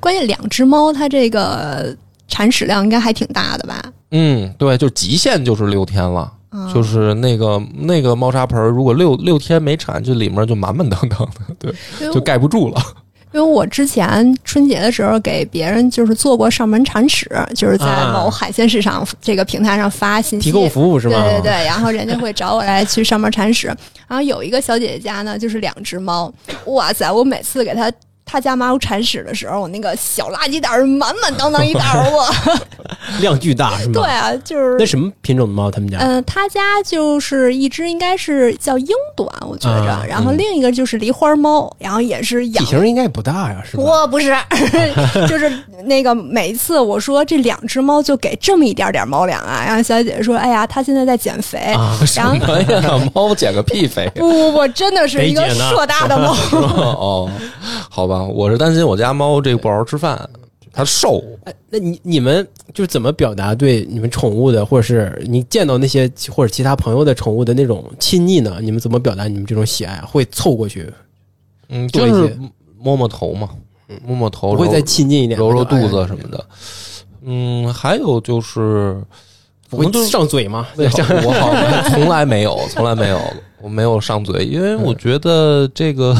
[SPEAKER 3] 关键两只猫，它这个铲屎量应该还挺大的吧？
[SPEAKER 2] 嗯，对，就极限就是六天了。
[SPEAKER 3] 啊，
[SPEAKER 2] 就是那个那个猫砂盆儿，如果六六天没铲，就里面就满满当当的，对，
[SPEAKER 3] 因为
[SPEAKER 2] 就盖不住了。
[SPEAKER 3] 因为我之前春节的时候给别人就是做过上门铲屎，就是在
[SPEAKER 1] 啊
[SPEAKER 3] 某海鲜市场这个平台上发信息，
[SPEAKER 1] 提供服务是吗？
[SPEAKER 3] 对对对，然后人家会找我来去上门铲屎。 然后有一个小姐姐家呢，就是两只猫，哇塞！我每次给她她家猫铲屎的时候，我那个小垃圾袋儿满满当当一袋儿， 我
[SPEAKER 1] 量巨大是吗？
[SPEAKER 3] 对啊，就是
[SPEAKER 1] 那。什么品种的猫？他们家、
[SPEAKER 3] 嗯、他家就是一只应该是叫英短，我觉着，
[SPEAKER 1] 啊
[SPEAKER 3] 然后
[SPEAKER 2] 嗯
[SPEAKER 3] 另一个就是狸花猫，然后也是养
[SPEAKER 1] 体型应该也不大呀，是吧？
[SPEAKER 3] 我不是， 就是那个每一次我说这两只猫就给这么一点点猫粮啊，然后小姐姐说：“哎呀，她现在在减肥。
[SPEAKER 1] 啊，
[SPEAKER 2] 什
[SPEAKER 3] 然后
[SPEAKER 2] 么呀，猫减个屁肥！
[SPEAKER 3] 不不不，真的是
[SPEAKER 1] 得
[SPEAKER 3] 一个
[SPEAKER 1] 减呢
[SPEAKER 3] 硕大的 猫。
[SPEAKER 2] 哦，好吧，我是担心我家猫这个不好好吃饭，它瘦。
[SPEAKER 1] 哎那你你们就是怎么表达对你们宠物的，或者是你见到那些或者其他朋友的宠物的那种亲昵呢？你们怎么表达你们这种喜爱？啊会凑过去，
[SPEAKER 2] 嗯，
[SPEAKER 1] 多
[SPEAKER 2] 就
[SPEAKER 1] 一些嗯
[SPEAKER 2] 是摸摸头嘛，摸摸头，
[SPEAKER 1] 不会
[SPEAKER 2] 揉
[SPEAKER 1] 再亲近一点，
[SPEAKER 2] 揉揉肚
[SPEAKER 1] 哎，
[SPEAKER 2] 子什么的。嗯，还有就是，
[SPEAKER 1] 不
[SPEAKER 2] 可能就
[SPEAKER 1] 会
[SPEAKER 2] 是
[SPEAKER 1] 上嘴 吗？
[SPEAKER 2] 我好我好像从来没有，从来没有，我没有上嘴，因为我
[SPEAKER 1] 嗯
[SPEAKER 2] 觉得这个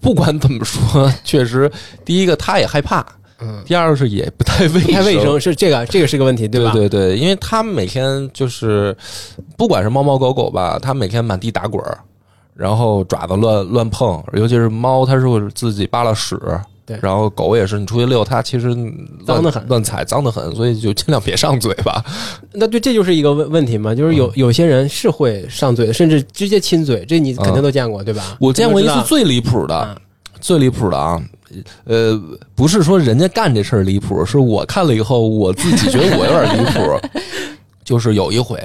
[SPEAKER 2] 不管怎么说，确实，第一个他也害怕，
[SPEAKER 1] 嗯，
[SPEAKER 2] 第二个是也不太卫
[SPEAKER 1] 不太卫
[SPEAKER 2] 生。
[SPEAKER 1] 生是这个，这个是个问题，
[SPEAKER 2] 对
[SPEAKER 1] 吧？
[SPEAKER 2] 对对，因为他们每天就是，不管是猫猫狗狗吧，它们每天满地打滚儿，然后爪子乱乱碰，尤其是猫，它是会自己扒拉屎，
[SPEAKER 1] 对
[SPEAKER 2] 然后狗也是，你出去遛它，其实
[SPEAKER 1] 脏
[SPEAKER 2] 乱
[SPEAKER 1] 得很
[SPEAKER 2] 乱踩，脏得很，所以就尽量别上嘴吧。
[SPEAKER 1] 那对，这就是一个问问题嘛，就是
[SPEAKER 2] 嗯
[SPEAKER 1] 有有些人是会上嘴的，甚至直接亲嘴，这你肯定都见过，对吧？
[SPEAKER 2] 嗯我见过一
[SPEAKER 1] 你
[SPEAKER 2] 次
[SPEAKER 1] 都知道
[SPEAKER 2] 最离谱的
[SPEAKER 1] 嗯，
[SPEAKER 2] 最离谱的啊，呃，不是说人家干这事儿离谱，是我看了以后我自己觉得我有点离谱。 就是有一回，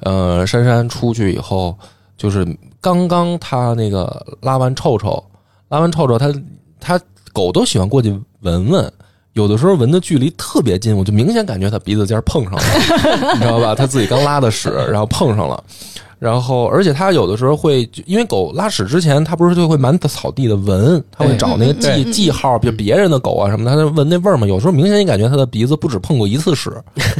[SPEAKER 2] 呃，珊珊出去以后，就是刚刚她那个拉完臭臭，拉完臭臭，她她狗都喜欢过去闻闻。有的时候闻的距离特别近，我就明显感觉它鼻子尖儿碰上了，你知道吧？它自己刚拉的屎，然后碰上了，然后而且它有的时候会，因为狗拉屎之前，它不是就会满草地的闻，它会找那个
[SPEAKER 3] 对
[SPEAKER 2] 记记号，比如别人的狗啊什么，它就闻那味儿嘛。有时候明显你感觉它的鼻子不止碰过一次屎，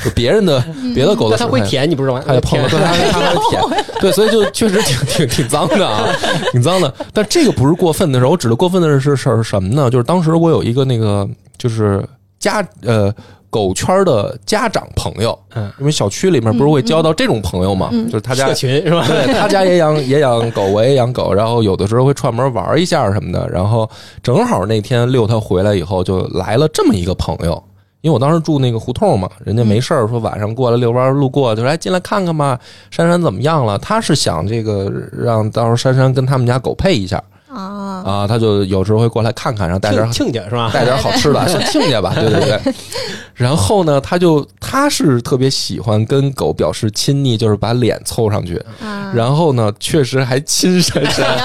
[SPEAKER 2] 就别人的别的狗的
[SPEAKER 1] 那
[SPEAKER 2] 屎
[SPEAKER 1] 它会
[SPEAKER 2] 它也
[SPEAKER 1] 舔，你不是吗？
[SPEAKER 2] 它也哎碰了，
[SPEAKER 1] 舔
[SPEAKER 2] 对，它它还舔，对，所以就确实挺挺挺脏的啊，挺脏的。但这个不是过分的事儿，我指的过分的是事儿是什么呢？就是当时我有一个那个就是家呃狗圈的家长朋友，
[SPEAKER 1] 嗯，
[SPEAKER 2] 因为小区里面不是会交到这种朋友嘛，就是他家
[SPEAKER 1] 社群是吧？
[SPEAKER 2] 对他家也养也养狗，我也养狗，然后有的时候会串门玩一下什么的。然后正好那天遛他回来以后，就来了这么一个朋友，因为我当时住那个胡同嘛，人家没事儿说晚上过来遛弯儿路过，就说哎进来看看吧，珊珊怎么样了？他是想这个让到时候珊珊跟他们家狗配一下
[SPEAKER 3] 啊，
[SPEAKER 2] 啊，他就有时候会过来看看，然后 带点
[SPEAKER 1] 庆庆家是吧？
[SPEAKER 2] 带点好吃 的，像亲家吧，对对对。然后呢，他就他是特别喜欢跟狗表示亲昵，就是把脸凑上去，
[SPEAKER 3] 啊
[SPEAKER 2] 然后呢，确实还亲珊珊。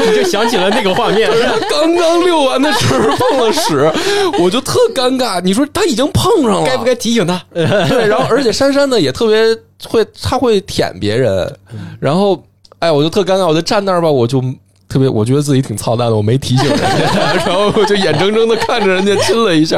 [SPEAKER 1] 我 就想起了那个画 面，
[SPEAKER 2] 刚刚遛完的时候碰了屎，我就特尴尬。你说他已经碰上了，
[SPEAKER 1] 该不该提醒 他？
[SPEAKER 2] 对，然后而且珊珊呢也特别会，她会舔别人，然后哎，我就特尴尬，我就站那儿吧，我就特别，我觉得自己挺操蛋的，我没提醒人家， 然后我就眼睁睁的看着人家亲了一下，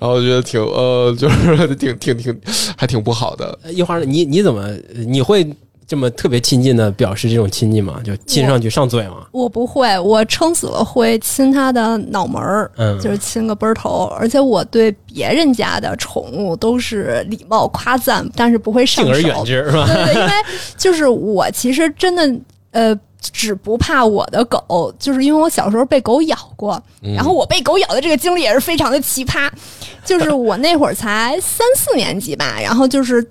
[SPEAKER 2] 然后我觉得挺呃，就是挺挺挺还挺不好的。
[SPEAKER 1] 一花，你你怎么你会这么特别亲近的表示这种亲近吗？就亲上去上嘴吗？
[SPEAKER 3] 我不会，我撑死了会亲它的脑门儿，
[SPEAKER 1] 嗯
[SPEAKER 3] 就是亲个奔头。而且我对别人家的宠物都是礼貌夸赞，但是不会上
[SPEAKER 1] 敬
[SPEAKER 3] 手。
[SPEAKER 1] 而远之是吧？
[SPEAKER 3] 对对，因为就是我其实真的呃，只不怕我的狗，就是因为我小时候被狗咬过，
[SPEAKER 1] 嗯
[SPEAKER 3] 然后我被狗咬的这个经历也是非常的奇葩。就是我那会儿才三四年级吧，然后就是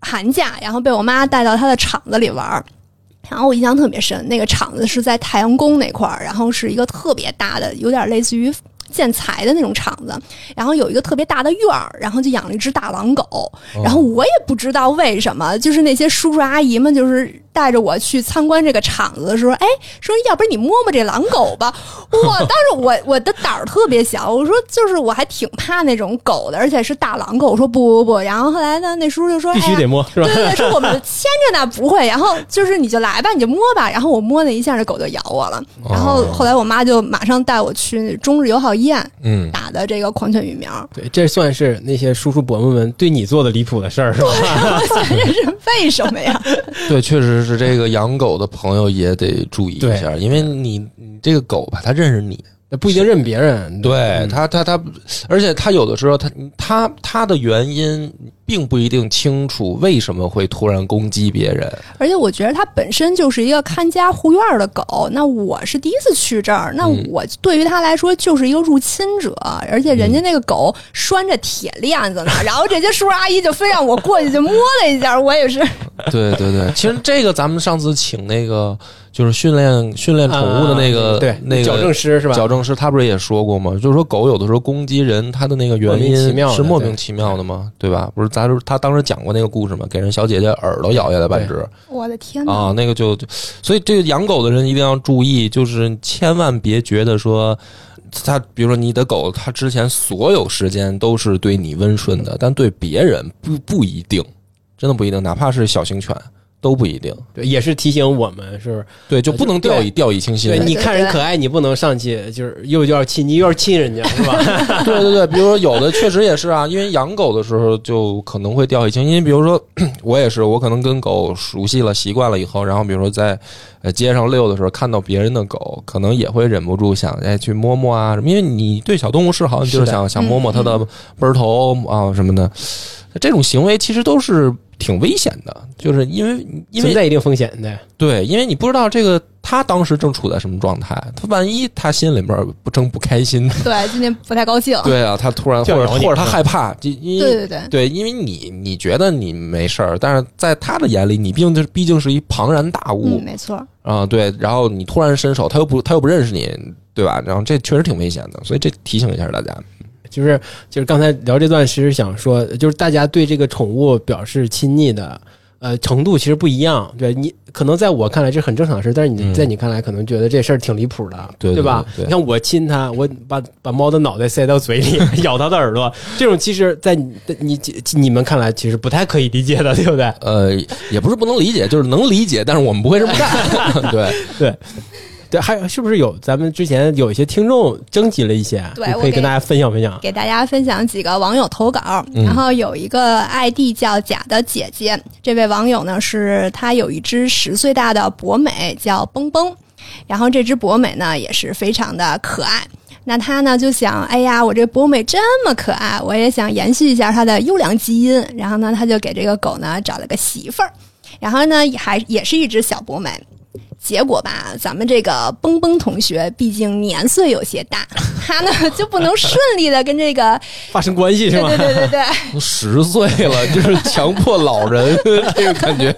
[SPEAKER 3] 寒假，然后被我妈带到她的厂子里玩儿。然后我印象特别深，那个厂子是在太阳宫那块儿，然后是一个特别大的，有点类似于建材的那种厂子。然后有一个特别大的院儿，然后就养了一只大狼狗。
[SPEAKER 1] 哦
[SPEAKER 3] 然后我也不知道为什么，就是那些叔叔阿姨们就是带着我去参观这个厂子的时候，哎，说要不然你摸摸这狼狗 吧。我当时我我的胆儿特别小，我说就是我还挺怕那种狗的，而且是大狼狗。我说不不不。然后后来呢，那叔叔就说
[SPEAKER 1] 必须
[SPEAKER 3] 哎呀
[SPEAKER 1] 得摸是吧
[SPEAKER 3] 对？对对，说我们牵着呢，不会。然后就是你就来吧，你就摸吧。然后我摸那一下，这狗就咬我了。然后后来我妈就马上带我去中日友好医院
[SPEAKER 2] 嗯，
[SPEAKER 3] 打的这个狂犬疫 苗。
[SPEAKER 1] 对，这算是那些叔叔伯母们对你做的离谱的事儿是吧？
[SPEAKER 3] 我想这是为什么呀？
[SPEAKER 2] 对，确实是这个养狗的朋友也得注意一
[SPEAKER 1] 对
[SPEAKER 2] 下，因为你你这个狗吧，它认识你，
[SPEAKER 1] 那 不一定认别人，
[SPEAKER 2] 对
[SPEAKER 1] 嗯
[SPEAKER 2] 他，他他，而且他有的时候，他他他的原因并不一定清楚为什么会突然攻击别人。
[SPEAKER 3] 而且我觉得它本身就是一个看家护院儿的狗，那我是第一次去这儿，那我对于它来说就是一个入侵者，而且人家那个狗拴着铁链子呢，然后这些叔叔阿姨就非让我过去就摸了一下，我也是，
[SPEAKER 2] 对对对，其实这个咱们上次请那个就是训练训练宠物的那个、
[SPEAKER 1] 啊对
[SPEAKER 2] 那个
[SPEAKER 1] 矫正师是吧？
[SPEAKER 2] 矫正师，他不是也说过吗？就是说狗有的时候攻击人，它的那个原
[SPEAKER 1] 莫名其
[SPEAKER 2] 因
[SPEAKER 1] 妙的
[SPEAKER 2] 是莫名
[SPEAKER 1] 对
[SPEAKER 2] 其妙的嘛，对吧？不是咱就是他当时讲过那个故事嘛，给人小姐姐耳朵咬下来半
[SPEAKER 1] 对
[SPEAKER 2] 只，
[SPEAKER 3] 我的天
[SPEAKER 2] 啊，那个就，就所以这个养狗的人一定要注意，就是千万别觉得说，它比如说你的狗，它之前所有时间都是对你温顺的，但对别人不不一定，真的不一定，哪怕是小型犬都不一定，
[SPEAKER 1] 对也是提醒我们，是不是？
[SPEAKER 2] 对，就不能掉以掉以轻心。啊
[SPEAKER 1] 对，你
[SPEAKER 3] 对
[SPEAKER 1] 看人
[SPEAKER 3] 对
[SPEAKER 1] 可爱，你不能上去就是又要亲，你又要亲人家是 吧？
[SPEAKER 2] 对对对，比如说有的确实也是啊，因 为养狗的时候就可能会掉以轻心。比如说 我也是，我可能跟狗熟悉了、习惯了以后，然后比如说在呃街上遛的时候，看到别人的狗，可能也会忍不住想哎去摸摸啊什么，因为你对小动物是好，你就是
[SPEAKER 1] 是的
[SPEAKER 2] 想想摸摸它的奔头啊什么的，这种行为其实都是挺危险的，就是因为因为
[SPEAKER 1] 存在一定风险的，
[SPEAKER 2] 对，因为你不知道这个他当时正处在什么状态，他万一他心里面不正不开心。
[SPEAKER 3] 对，今天不太高兴，
[SPEAKER 2] 对啊，他突然或
[SPEAKER 1] 教
[SPEAKER 2] 者
[SPEAKER 1] 养
[SPEAKER 2] 或
[SPEAKER 1] 你
[SPEAKER 2] 者他害怕，就因
[SPEAKER 3] 对
[SPEAKER 2] 为
[SPEAKER 3] 对对。
[SPEAKER 2] 对，因为你你觉得你没事儿，但是在他的眼里，你毕竟就是毕竟是一庞然大物
[SPEAKER 3] 嗯，没错儿。
[SPEAKER 2] 啊、对，然后你突然伸手，他又不他又不认识你，对吧？然后这确实挺危险的，所以这提醒一下大家。
[SPEAKER 1] 就是就是刚才聊这段，其实想说，就是大家对这个宠物表示亲昵的。呃，程度其实不一样，对你可能在我看来这很正常的事，但是你
[SPEAKER 2] 嗯
[SPEAKER 1] 在你看来可能觉得这事儿挺离谱的，
[SPEAKER 2] 对对
[SPEAKER 1] 吧？
[SPEAKER 2] 对对
[SPEAKER 1] 你看我亲它，我把把猫的脑袋塞到嘴里， 咬它的耳朵，这种其实在你你你们看来其实不太可以理解的，对不对？
[SPEAKER 2] 呃，也不是不能理解，就是能理解，但是我们不会这么 干。对，
[SPEAKER 1] 对，还有是不是有咱们之前有一些听众征集了一些，
[SPEAKER 3] 对
[SPEAKER 1] 你
[SPEAKER 3] 我
[SPEAKER 1] 可以
[SPEAKER 3] 给
[SPEAKER 1] 跟大家分享分享。
[SPEAKER 3] 给大家分享几个网友投稿，
[SPEAKER 2] 嗯
[SPEAKER 3] 然后有一个 ID 叫“假的姐姐”，这位网友呢是他有一只十岁大的博美叫蹦蹦，然后这只博美呢也是非常的可爱。那他呢就想，哎呀，我这博美这么可爱，我也想延续一下它的优良基因。然后呢，他就给这个狗呢找了个媳妇儿，然后呢也还也是一只小博美。结果吧，咱们这个蹦蹦同学毕竟年岁有些 大，他呢就不能顺利的跟这个
[SPEAKER 1] 发生关系是
[SPEAKER 3] 对
[SPEAKER 1] 吗？
[SPEAKER 3] 对对对对
[SPEAKER 2] 都十岁了，就是强迫老人， 这个感觉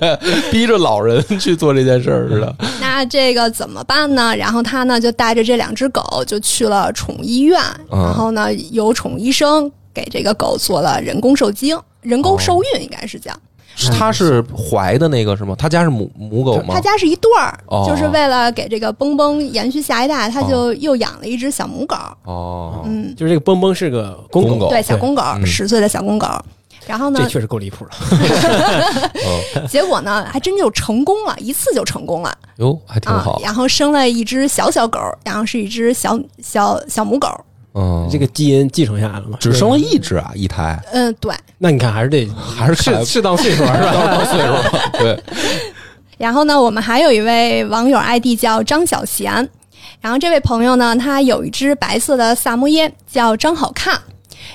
[SPEAKER 2] 逼着老人去做这件事儿似的。
[SPEAKER 3] 那这个怎么办呢？然后他呢就带着这两只狗就去了宠物医院，
[SPEAKER 2] 嗯
[SPEAKER 3] 然后呢由宠物医生给这个狗做了人工受精、人工受孕，应该是叫。
[SPEAKER 2] 是他是怀的那个是吗？他家是母母狗吗
[SPEAKER 3] 他？家是一对儿，
[SPEAKER 2] 哦
[SPEAKER 3] 就是为了给这个蹦蹦延续下一代，他就又养了一只小母狗，
[SPEAKER 2] 哦，
[SPEAKER 3] 嗯，
[SPEAKER 1] 就是这个蹦蹦是个公
[SPEAKER 2] 公狗
[SPEAKER 3] 对，小公狗，
[SPEAKER 2] 嗯
[SPEAKER 3] 十岁的小公狗。然后呢
[SPEAKER 1] 这，确实够离谱了。
[SPEAKER 2] 哦
[SPEAKER 3] 结果呢，还真就成功了，一次就成功了
[SPEAKER 2] 哟，还挺
[SPEAKER 3] 啊
[SPEAKER 2] 好。。
[SPEAKER 3] 然后生了一只小小狗，然后是一只小小小母狗。
[SPEAKER 2] 嗯，
[SPEAKER 1] 这个基因继承下来了嘛？
[SPEAKER 2] 只生了一只啊，一胎，
[SPEAKER 3] 嗯，对。
[SPEAKER 1] 那你看还是得
[SPEAKER 2] 还是看
[SPEAKER 1] 适适当岁数是吧？
[SPEAKER 2] 到岁数了。对，
[SPEAKER 3] 然后呢，我们还有一位网友 ID 叫张小贤，然后这位朋友呢，他有一只白色的萨摩耶，叫张好看。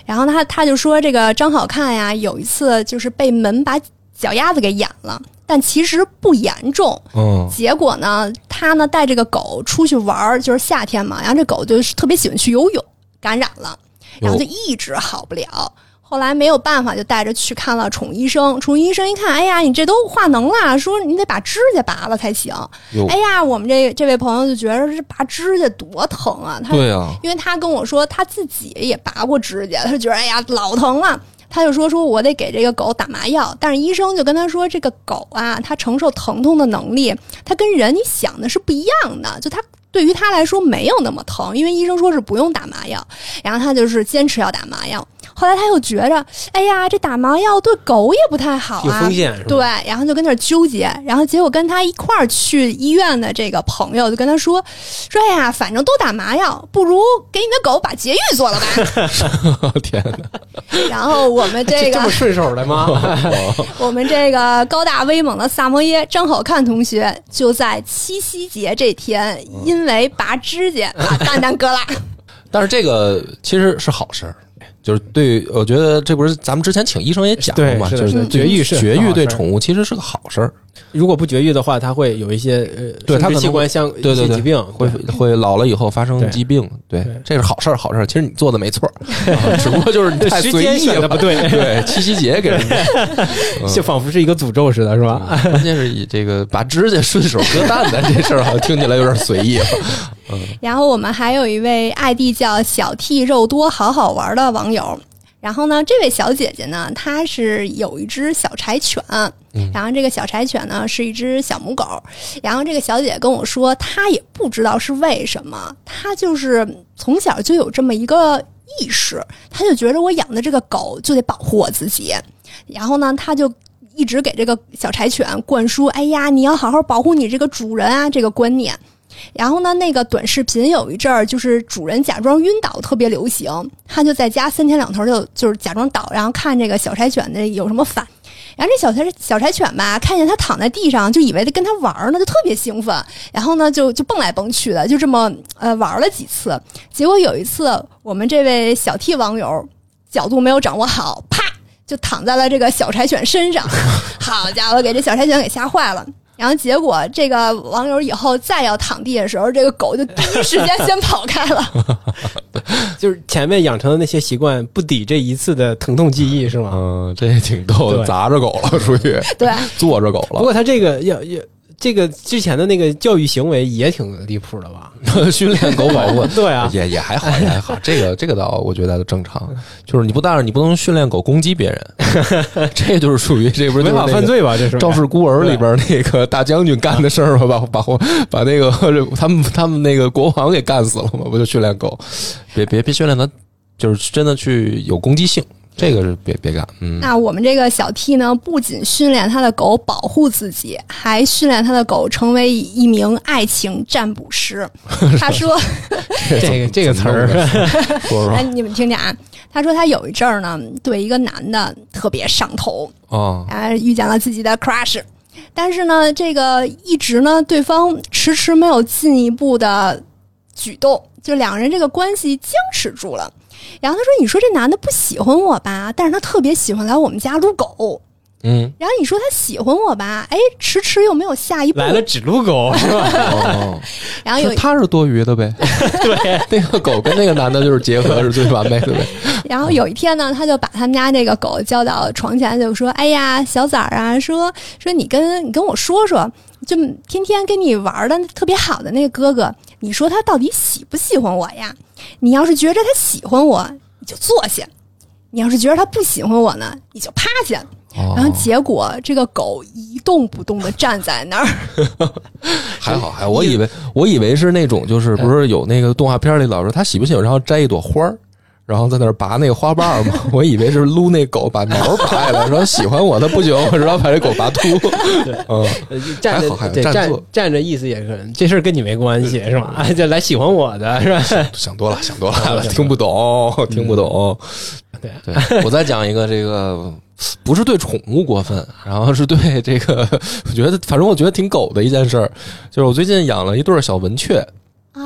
[SPEAKER 3] 然后他他就说，这个张好看呀，有一次就是被门把脚丫子给演了，但其实不严重。
[SPEAKER 2] 嗯，
[SPEAKER 3] 结果呢，他呢带这个狗出去玩儿，就是夏天嘛，然后这狗就是特别喜欢去游泳，感染了，然后就一直好不了。后来没有办法，就带着去看了宠物医生。宠物医生一看，哎呀，你这都化脓了，说你得把指甲拔了才行。
[SPEAKER 2] 哟
[SPEAKER 3] 哎呀，我们这这位朋友就觉得这拔指甲多疼啊！他
[SPEAKER 2] 对啊，
[SPEAKER 3] 因为他跟我说他自己也拔过指甲，他就觉得哎呀老疼了，他就说说我得给这个狗打麻药，但是医生就跟他说这个狗啊，它承受疼痛的能力，它跟人你想的是不一样的，就它。对于他来说没有那么疼，因为医生说是不用打麻药，然后他就是坚持要打麻药。后来他又觉着，哎呀，这打麻药对狗也不太好
[SPEAKER 1] 有
[SPEAKER 3] 啊，
[SPEAKER 1] 风险是吧？
[SPEAKER 3] 对，然后就跟那儿纠结，然后结果跟他一块儿去医院的这个朋友就跟他说说哎呀，反正都打麻药，不如给你的狗把绝育做了吧。
[SPEAKER 2] 天哪，
[SPEAKER 3] 然后我们这
[SPEAKER 1] 哎这么
[SPEAKER 3] 个
[SPEAKER 1] 顺手的 吗？
[SPEAKER 3] 我们这个高大威猛的萨摩耶张好看同学就在七夕节这天，因为拔指甲把蛋蛋割了。
[SPEAKER 2] 但是这个其实是好事儿，就是对于，我觉得这不是咱们之前请医生也讲过
[SPEAKER 1] 对
[SPEAKER 2] 嘛，
[SPEAKER 1] 是
[SPEAKER 2] 就
[SPEAKER 1] 的是的绝育是
[SPEAKER 2] 绝
[SPEAKER 1] 很好
[SPEAKER 2] 育
[SPEAKER 1] 的
[SPEAKER 2] 对
[SPEAKER 1] 事儿
[SPEAKER 2] 宠物其实是个好事儿，
[SPEAKER 1] 如果不绝育的话，它会有一些呃，
[SPEAKER 2] 对它
[SPEAKER 1] 生
[SPEAKER 2] 可
[SPEAKER 1] 殖
[SPEAKER 2] 能
[SPEAKER 1] 器官相
[SPEAKER 2] 对
[SPEAKER 1] 一些
[SPEAKER 2] 对对，
[SPEAKER 1] 疾病
[SPEAKER 2] 会
[SPEAKER 1] 对
[SPEAKER 2] 会老了以后发生
[SPEAKER 1] 对
[SPEAKER 2] 疾病，对
[SPEAKER 1] 对，
[SPEAKER 2] 这是好事儿，好事儿。其实你做的没错儿， 啊只不过就是你太
[SPEAKER 1] 时
[SPEAKER 2] 随
[SPEAKER 1] 间
[SPEAKER 2] 意
[SPEAKER 1] 选的
[SPEAKER 2] 了。嗯
[SPEAKER 1] 不 对，
[SPEAKER 2] 对，七夕节给人家，
[SPEAKER 1] 就仿佛是一个诅咒似的，是 吧？
[SPEAKER 2] 嗯关键是以这个把指甲顺手割蛋的这事儿，好像听起来有点随意了。
[SPEAKER 3] 然后我们还有一位 ID 叫小 T 肉多好好玩的网友。然后呢，这位小姐姐呢，她是有一只小柴犬，然后这个小柴犬呢是一只小母狗。然后这个小姐姐跟我说，她也不知道是为什么，她就是从小就有这么一个意识，她就觉得我养的这个狗就得保护我自己。然后呢，她就一直给这个小柴犬灌输：“哎呀，你要好好保护你这个主人啊！”这个观念。然后呢，那个短视频有一阵儿就是主人假装晕倒特别流行，他就在家三天两头就就是假装倒，然后看这个小柴犬的有什么反。然后这小柴小柴犬吧，看见它躺在地上，就以为它跟它玩儿呢，就特别兴奋。然后呢，就就蹦来蹦去的，就这么呃玩了几次。结果有一次，我们这位小 T 网友角度没有掌握好，啪就躺在了这个小柴犬身上。好家伙，给这小柴犬给吓坏了。然后结果这个网友以后再要躺地的时候，这个狗就第一时间先跑开了。
[SPEAKER 2] 嗯
[SPEAKER 1] 就是前面养成的那些习惯，不抵这一次的疼痛记忆，是吗？
[SPEAKER 2] 嗯，这也挺逗
[SPEAKER 1] 啊
[SPEAKER 2] 的，
[SPEAKER 1] 对
[SPEAKER 2] 砸着狗了，属于
[SPEAKER 3] 对，
[SPEAKER 2] 坐着狗
[SPEAKER 1] 不
[SPEAKER 2] 了。
[SPEAKER 1] 过他这个要要这个之前的那个教育行为也挺离谱的吧？
[SPEAKER 2] 训练狗保护，
[SPEAKER 1] 对啊，
[SPEAKER 2] 也也还好，也还好。这个这个倒我觉得正常，就是你不但是你不能训练狗攻击别人， 这就是属于这不
[SPEAKER 1] 违
[SPEAKER 2] 是就是
[SPEAKER 1] 法
[SPEAKER 2] 那
[SPEAKER 1] 犯
[SPEAKER 2] 个
[SPEAKER 1] 罪吧？这是
[SPEAKER 2] 《赵氏孤儿》里边那个大将军干的事儿吗？把把把把那个 他们他们那个国王给干死了吗？不就训练狗，别别别训练它，就是真的去有攻击性，这个是别别干。嗯，
[SPEAKER 3] 那我们这个小 T 呢，不仅训练他的狗保护自己，还训练他的狗成为一名爱情占卜师。他说。
[SPEAKER 1] 这个这个词 儿，
[SPEAKER 2] 说说
[SPEAKER 3] 哎，你们听听啊，他说他有一阵儿呢，对一个男的特别上头，
[SPEAKER 2] 啊，
[SPEAKER 3] 啊，遇见了自己的 crush，但是呢，这个一直呢，对方迟迟没有进一步的举动，就两个人这个关系僵持住了。然后他说：“你说这男的不喜欢我吧，但是他特别喜欢来我们家撸狗。
[SPEAKER 2] 嗯，
[SPEAKER 3] 然后你说他喜欢我吧，哎，迟迟又没有下一步。
[SPEAKER 1] 来了只撸狗是吧？
[SPEAKER 2] 哦，
[SPEAKER 3] 然后有
[SPEAKER 2] 说他是多余的 呗，对，那个狗跟那个男的就是结合是最完美的呗，
[SPEAKER 3] 然后有一天呢，他就把他们家那个狗叫到床前，就说：“哎呀，小崽儿啊，说说你跟你跟我说说，就天天跟你玩的特别好的那个哥哥，你说他到底喜不喜欢我呀？你要是觉着他喜欢我，你就坐下；你要是觉着他不喜欢我呢，你就趴下。”
[SPEAKER 2] 哦
[SPEAKER 3] 然后结果这个狗一动不动的站在那儿，
[SPEAKER 2] 还好还好，我以为我以为是那种就是不是有那个动画片里老说他喜不喜欢，然后摘一朵花儿。然后在那儿拔那个花瓣 儿嘛，我以为是撸那狗把毛儿拔下来，说喜欢我，他不行，我知道把这狗拔秃。嗯，
[SPEAKER 1] 呃站
[SPEAKER 2] 还好还
[SPEAKER 1] 着
[SPEAKER 2] 好
[SPEAKER 1] 对
[SPEAKER 2] 站
[SPEAKER 1] 站
[SPEAKER 2] 坐
[SPEAKER 1] 站着意思也是，这事儿跟你没关系是吧？ 哎，就来喜欢我的是 吧？
[SPEAKER 2] 想 多了，想多了，听不懂，听不懂。
[SPEAKER 1] 对
[SPEAKER 2] 对，我再讲一个，这个不是对宠物过分，然后是对这个， 我觉得反正我觉得挺狗的一件事儿，就是我最近养了一对儿小文雀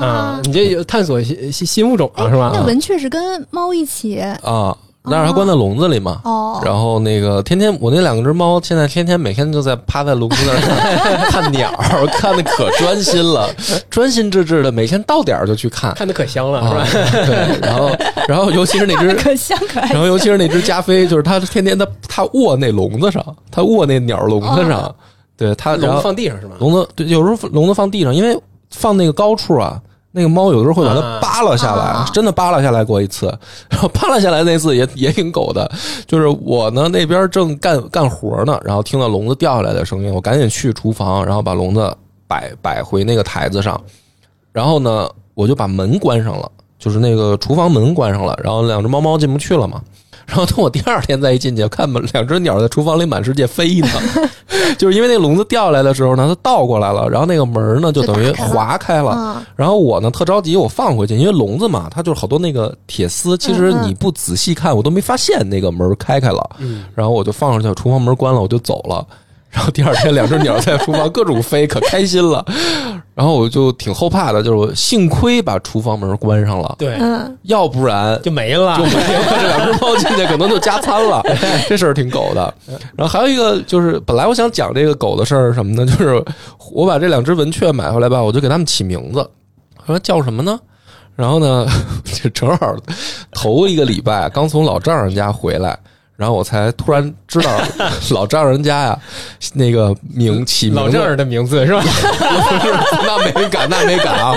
[SPEAKER 1] 啊，
[SPEAKER 2] 嗯
[SPEAKER 1] 你这有探索新新新物种
[SPEAKER 3] 哎
[SPEAKER 1] 啊是吧？
[SPEAKER 3] 那文雀是跟猫一起
[SPEAKER 2] 啊，那让它关在笼子里嘛。
[SPEAKER 3] 哦，
[SPEAKER 2] 然后那个天天我那两只猫现在天天每天就在趴在笼子那儿看看鸟儿，看的可专心了，专心致志的，每天到点儿就去看。
[SPEAKER 1] 看的可香了是
[SPEAKER 2] 啊
[SPEAKER 1] 吧？，
[SPEAKER 2] 对，然后然后尤其是那 只
[SPEAKER 3] 可香可嗯爱
[SPEAKER 2] 然。后尤其是那只加菲，就是它天天它它卧那笼子上，它卧那鸟笼子上，对它然
[SPEAKER 1] 哦笼子
[SPEAKER 2] 后
[SPEAKER 1] 放地上是吗？
[SPEAKER 2] 笼子对有时候笼子放地上，因为放那个高处啊。那个猫有的时候会把它
[SPEAKER 1] 啊
[SPEAKER 2] 扒拉下来，
[SPEAKER 3] 啊
[SPEAKER 2] 真的扒拉下来过一次，然后扒拉下来那次也也挺狗的，就是我呢那边正干干活呢，然后听到笼子掉下来的声音，我赶紧去厨房，然后把笼子摆摆回那个台子上，然后呢，我就把门关上了，就是那个厨房门关上了，然后两只猫猫进不去了嘛。然后等我第二天再一进去，看门两只鸟在厨房里满世界 飞呢，就是因为那笼子掉下来的时候呢，它倒过来了，然后那个门呢就等于
[SPEAKER 3] 就打开了
[SPEAKER 2] 划开了。
[SPEAKER 3] 嗯
[SPEAKER 2] 然后我呢特着急，我放回去，因为笼子嘛，它就是好多那个铁丝，其实
[SPEAKER 3] 嗯嗯
[SPEAKER 2] 你不仔细看，我都没发现那个门开开了。
[SPEAKER 1] 嗯，
[SPEAKER 2] 然后我就放上去，厨房门关了，我就走了。 然后第二天，两只鸟在厨房各种飞，可开心了。然后我就挺后怕的，就是我幸亏把厨房门关上了，
[SPEAKER 1] 对，
[SPEAKER 3] 嗯，
[SPEAKER 2] 要不然
[SPEAKER 1] 就没了
[SPEAKER 2] 就。没 有这两只猫进去，可能就加餐了。 这事儿挺狗的。然后还有一个就是，本来我想讲这个狗的事儿是什么呢？就是我把这两只文雀买回来吧，我就给它们起名字，我说叫什么呢？然后呢，这正好头一个礼拜刚从老丈人家回来。然后我才突然知 道，老丈人家呀，那个名起名字
[SPEAKER 1] 老丈人的名字是吧？
[SPEAKER 2] 不是， 那没敢，那没敢啊！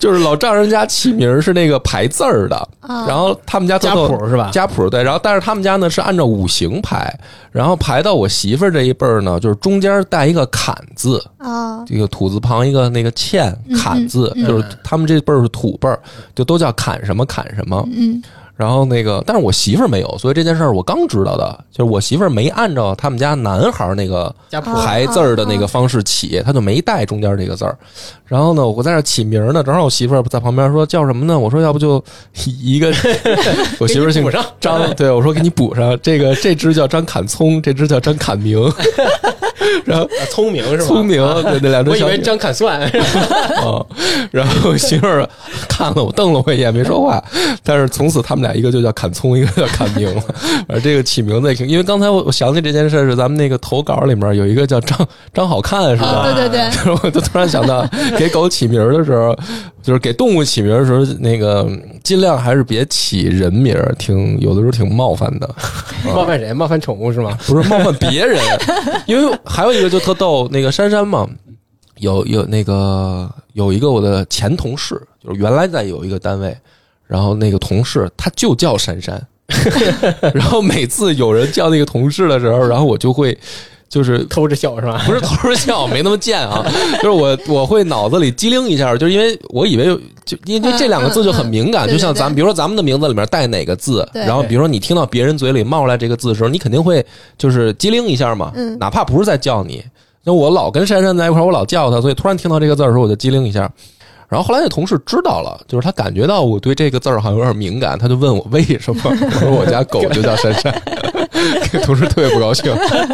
[SPEAKER 2] 就是老丈人家起名儿是那个排字儿的，
[SPEAKER 3] 啊
[SPEAKER 2] 然后他们家
[SPEAKER 1] 家
[SPEAKER 2] 都
[SPEAKER 1] 谱是吧
[SPEAKER 2] 家谱对，然后但是他们家呢是按照五行排，然后排到我媳妇儿这一辈儿呢，就是中间带一个坎字，
[SPEAKER 3] 啊，
[SPEAKER 2] 这个土字旁一个那个欠坎字，就是他们这辈儿是土辈儿，就都叫坎什么坎什么。
[SPEAKER 3] 嗯，
[SPEAKER 2] 然后那个，但是我媳妇儿没有，所以这件事儿我刚知道的，就是我媳妇儿没按照他们家男孩儿那个
[SPEAKER 1] 家谱
[SPEAKER 3] 啊
[SPEAKER 2] 排字儿的那
[SPEAKER 1] 嗯
[SPEAKER 2] 个方式起，他就没带中间这个字儿。然后呢，我在那儿起名儿呢，正好我媳妇儿在旁边说叫什么呢？我说要不就 一个，我媳妇儿姓
[SPEAKER 1] 补上
[SPEAKER 2] 张，对我说给你补上这个，这只叫张侃聪，这只叫张侃明，然后
[SPEAKER 1] 啊聪明是吧？啊
[SPEAKER 2] 聪明，对那两只
[SPEAKER 1] 我以
[SPEAKER 2] 小
[SPEAKER 1] 为
[SPEAKER 2] 鸟
[SPEAKER 1] 张砍蒜，
[SPEAKER 2] 啊，然后我媳妇儿看了我，瞪了我一眼，没说话。但是从此他们俩一个就叫砍葱，一个叫砍明了。而这个起名字也挺，因为刚才我我想起这件事儿是咱们那个投稿里面有一个叫张张好看是吧？
[SPEAKER 1] 啊
[SPEAKER 3] 哦对对对，
[SPEAKER 2] 然后我就突然想到，给狗起名儿的时候，就是给动物起名儿的时候，那个尽量还是别起人名儿，挺有的时候挺冒犯的。啊
[SPEAKER 1] 冒犯谁？冒犯宠物是 吗？
[SPEAKER 2] 不是冒犯别人， 因为还有一个就特逗，那个珊珊嘛，有有那个有一个我的前同事，就是原来在有一个单位，然后那个同事他就叫珊珊， 然后每次有人叫那个同事的时候，然后我就会就是
[SPEAKER 1] 偷着笑是吧？
[SPEAKER 2] 不是偷着笑，没那么贱啊，就是我我会脑子里机灵一下，就是因为我以为有就因为这两个字就很敏感，
[SPEAKER 3] 嗯嗯嗯
[SPEAKER 2] 就像咱
[SPEAKER 3] 对对
[SPEAKER 2] 们
[SPEAKER 3] 对
[SPEAKER 2] 比如说咱们的名字里面带哪个字，
[SPEAKER 3] 对
[SPEAKER 2] 然后比如说你听到别人嘴里冒出来这个字的时候，你肯定会就是机灵一下嘛，
[SPEAKER 3] 嗯
[SPEAKER 2] 哪怕不是在叫你，那我老跟珊珊在一块儿，我老叫她，所以突然听到这个字儿的时候，我就机灵一下。然后后来那同事知道了，就是他感 觉到我对这个字儿好像有点敏感，他就问我为什么，我说我家狗就叫珊珊，给 同事特别不高兴。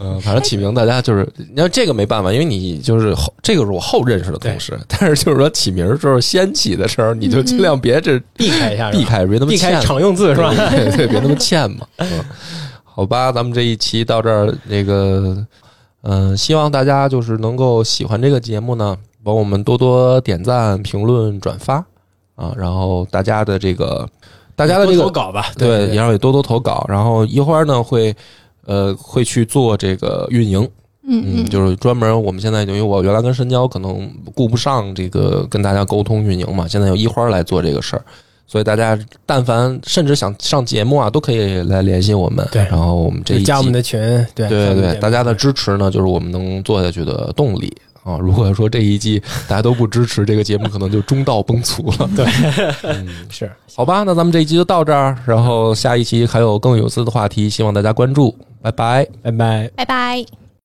[SPEAKER 2] 嗯、反正起名大家就是，你要这个没办法，因为你就是后，这个是我后认识的同事，但是就是说起名儿之后先起的时候，你就尽量别这
[SPEAKER 1] 避开一下，
[SPEAKER 2] 避开，别那么
[SPEAKER 1] 避开
[SPEAKER 2] 欠
[SPEAKER 1] 常用字是吧？
[SPEAKER 2] 对对对，别那么欠嘛。嗯，好吧，咱们这一期到这儿，那个，嗯、希望大家就是能够喜欢这个节目呢，帮我们多多点赞、评论、转发啊，然后大家的这个，大家的这
[SPEAKER 1] 多投
[SPEAKER 2] 个
[SPEAKER 1] 稿吧，
[SPEAKER 2] 对，
[SPEAKER 1] 对，
[SPEAKER 2] 然后也多多投稿，然后一会儿呢会。呃，会去做这个运营，
[SPEAKER 3] 嗯
[SPEAKER 2] 嗯，就是专门我们现在等于我原来跟深交可能顾不上这个跟大家沟通运营嘛，现在由一花儿来做这个事儿，所以大家但凡甚至想上节目啊，都可以来联系我们。
[SPEAKER 1] 对
[SPEAKER 2] 然后我们这一
[SPEAKER 1] 就
[SPEAKER 2] 期
[SPEAKER 1] 加我们的群，对
[SPEAKER 2] 对对对，大家的
[SPEAKER 1] 支
[SPEAKER 2] 支持呢，就是我们能做下去的动力。啊，如果说这一季大家都不支持这个节目，可能就中道崩殂 了。
[SPEAKER 1] 对
[SPEAKER 2] 嗯，
[SPEAKER 1] 是，
[SPEAKER 2] 好吧，那咱们这一期就到这儿，然后下一期还有更有意思的话题，希望大家关注，拜拜。
[SPEAKER 1] 拜拜。
[SPEAKER 3] 拜拜。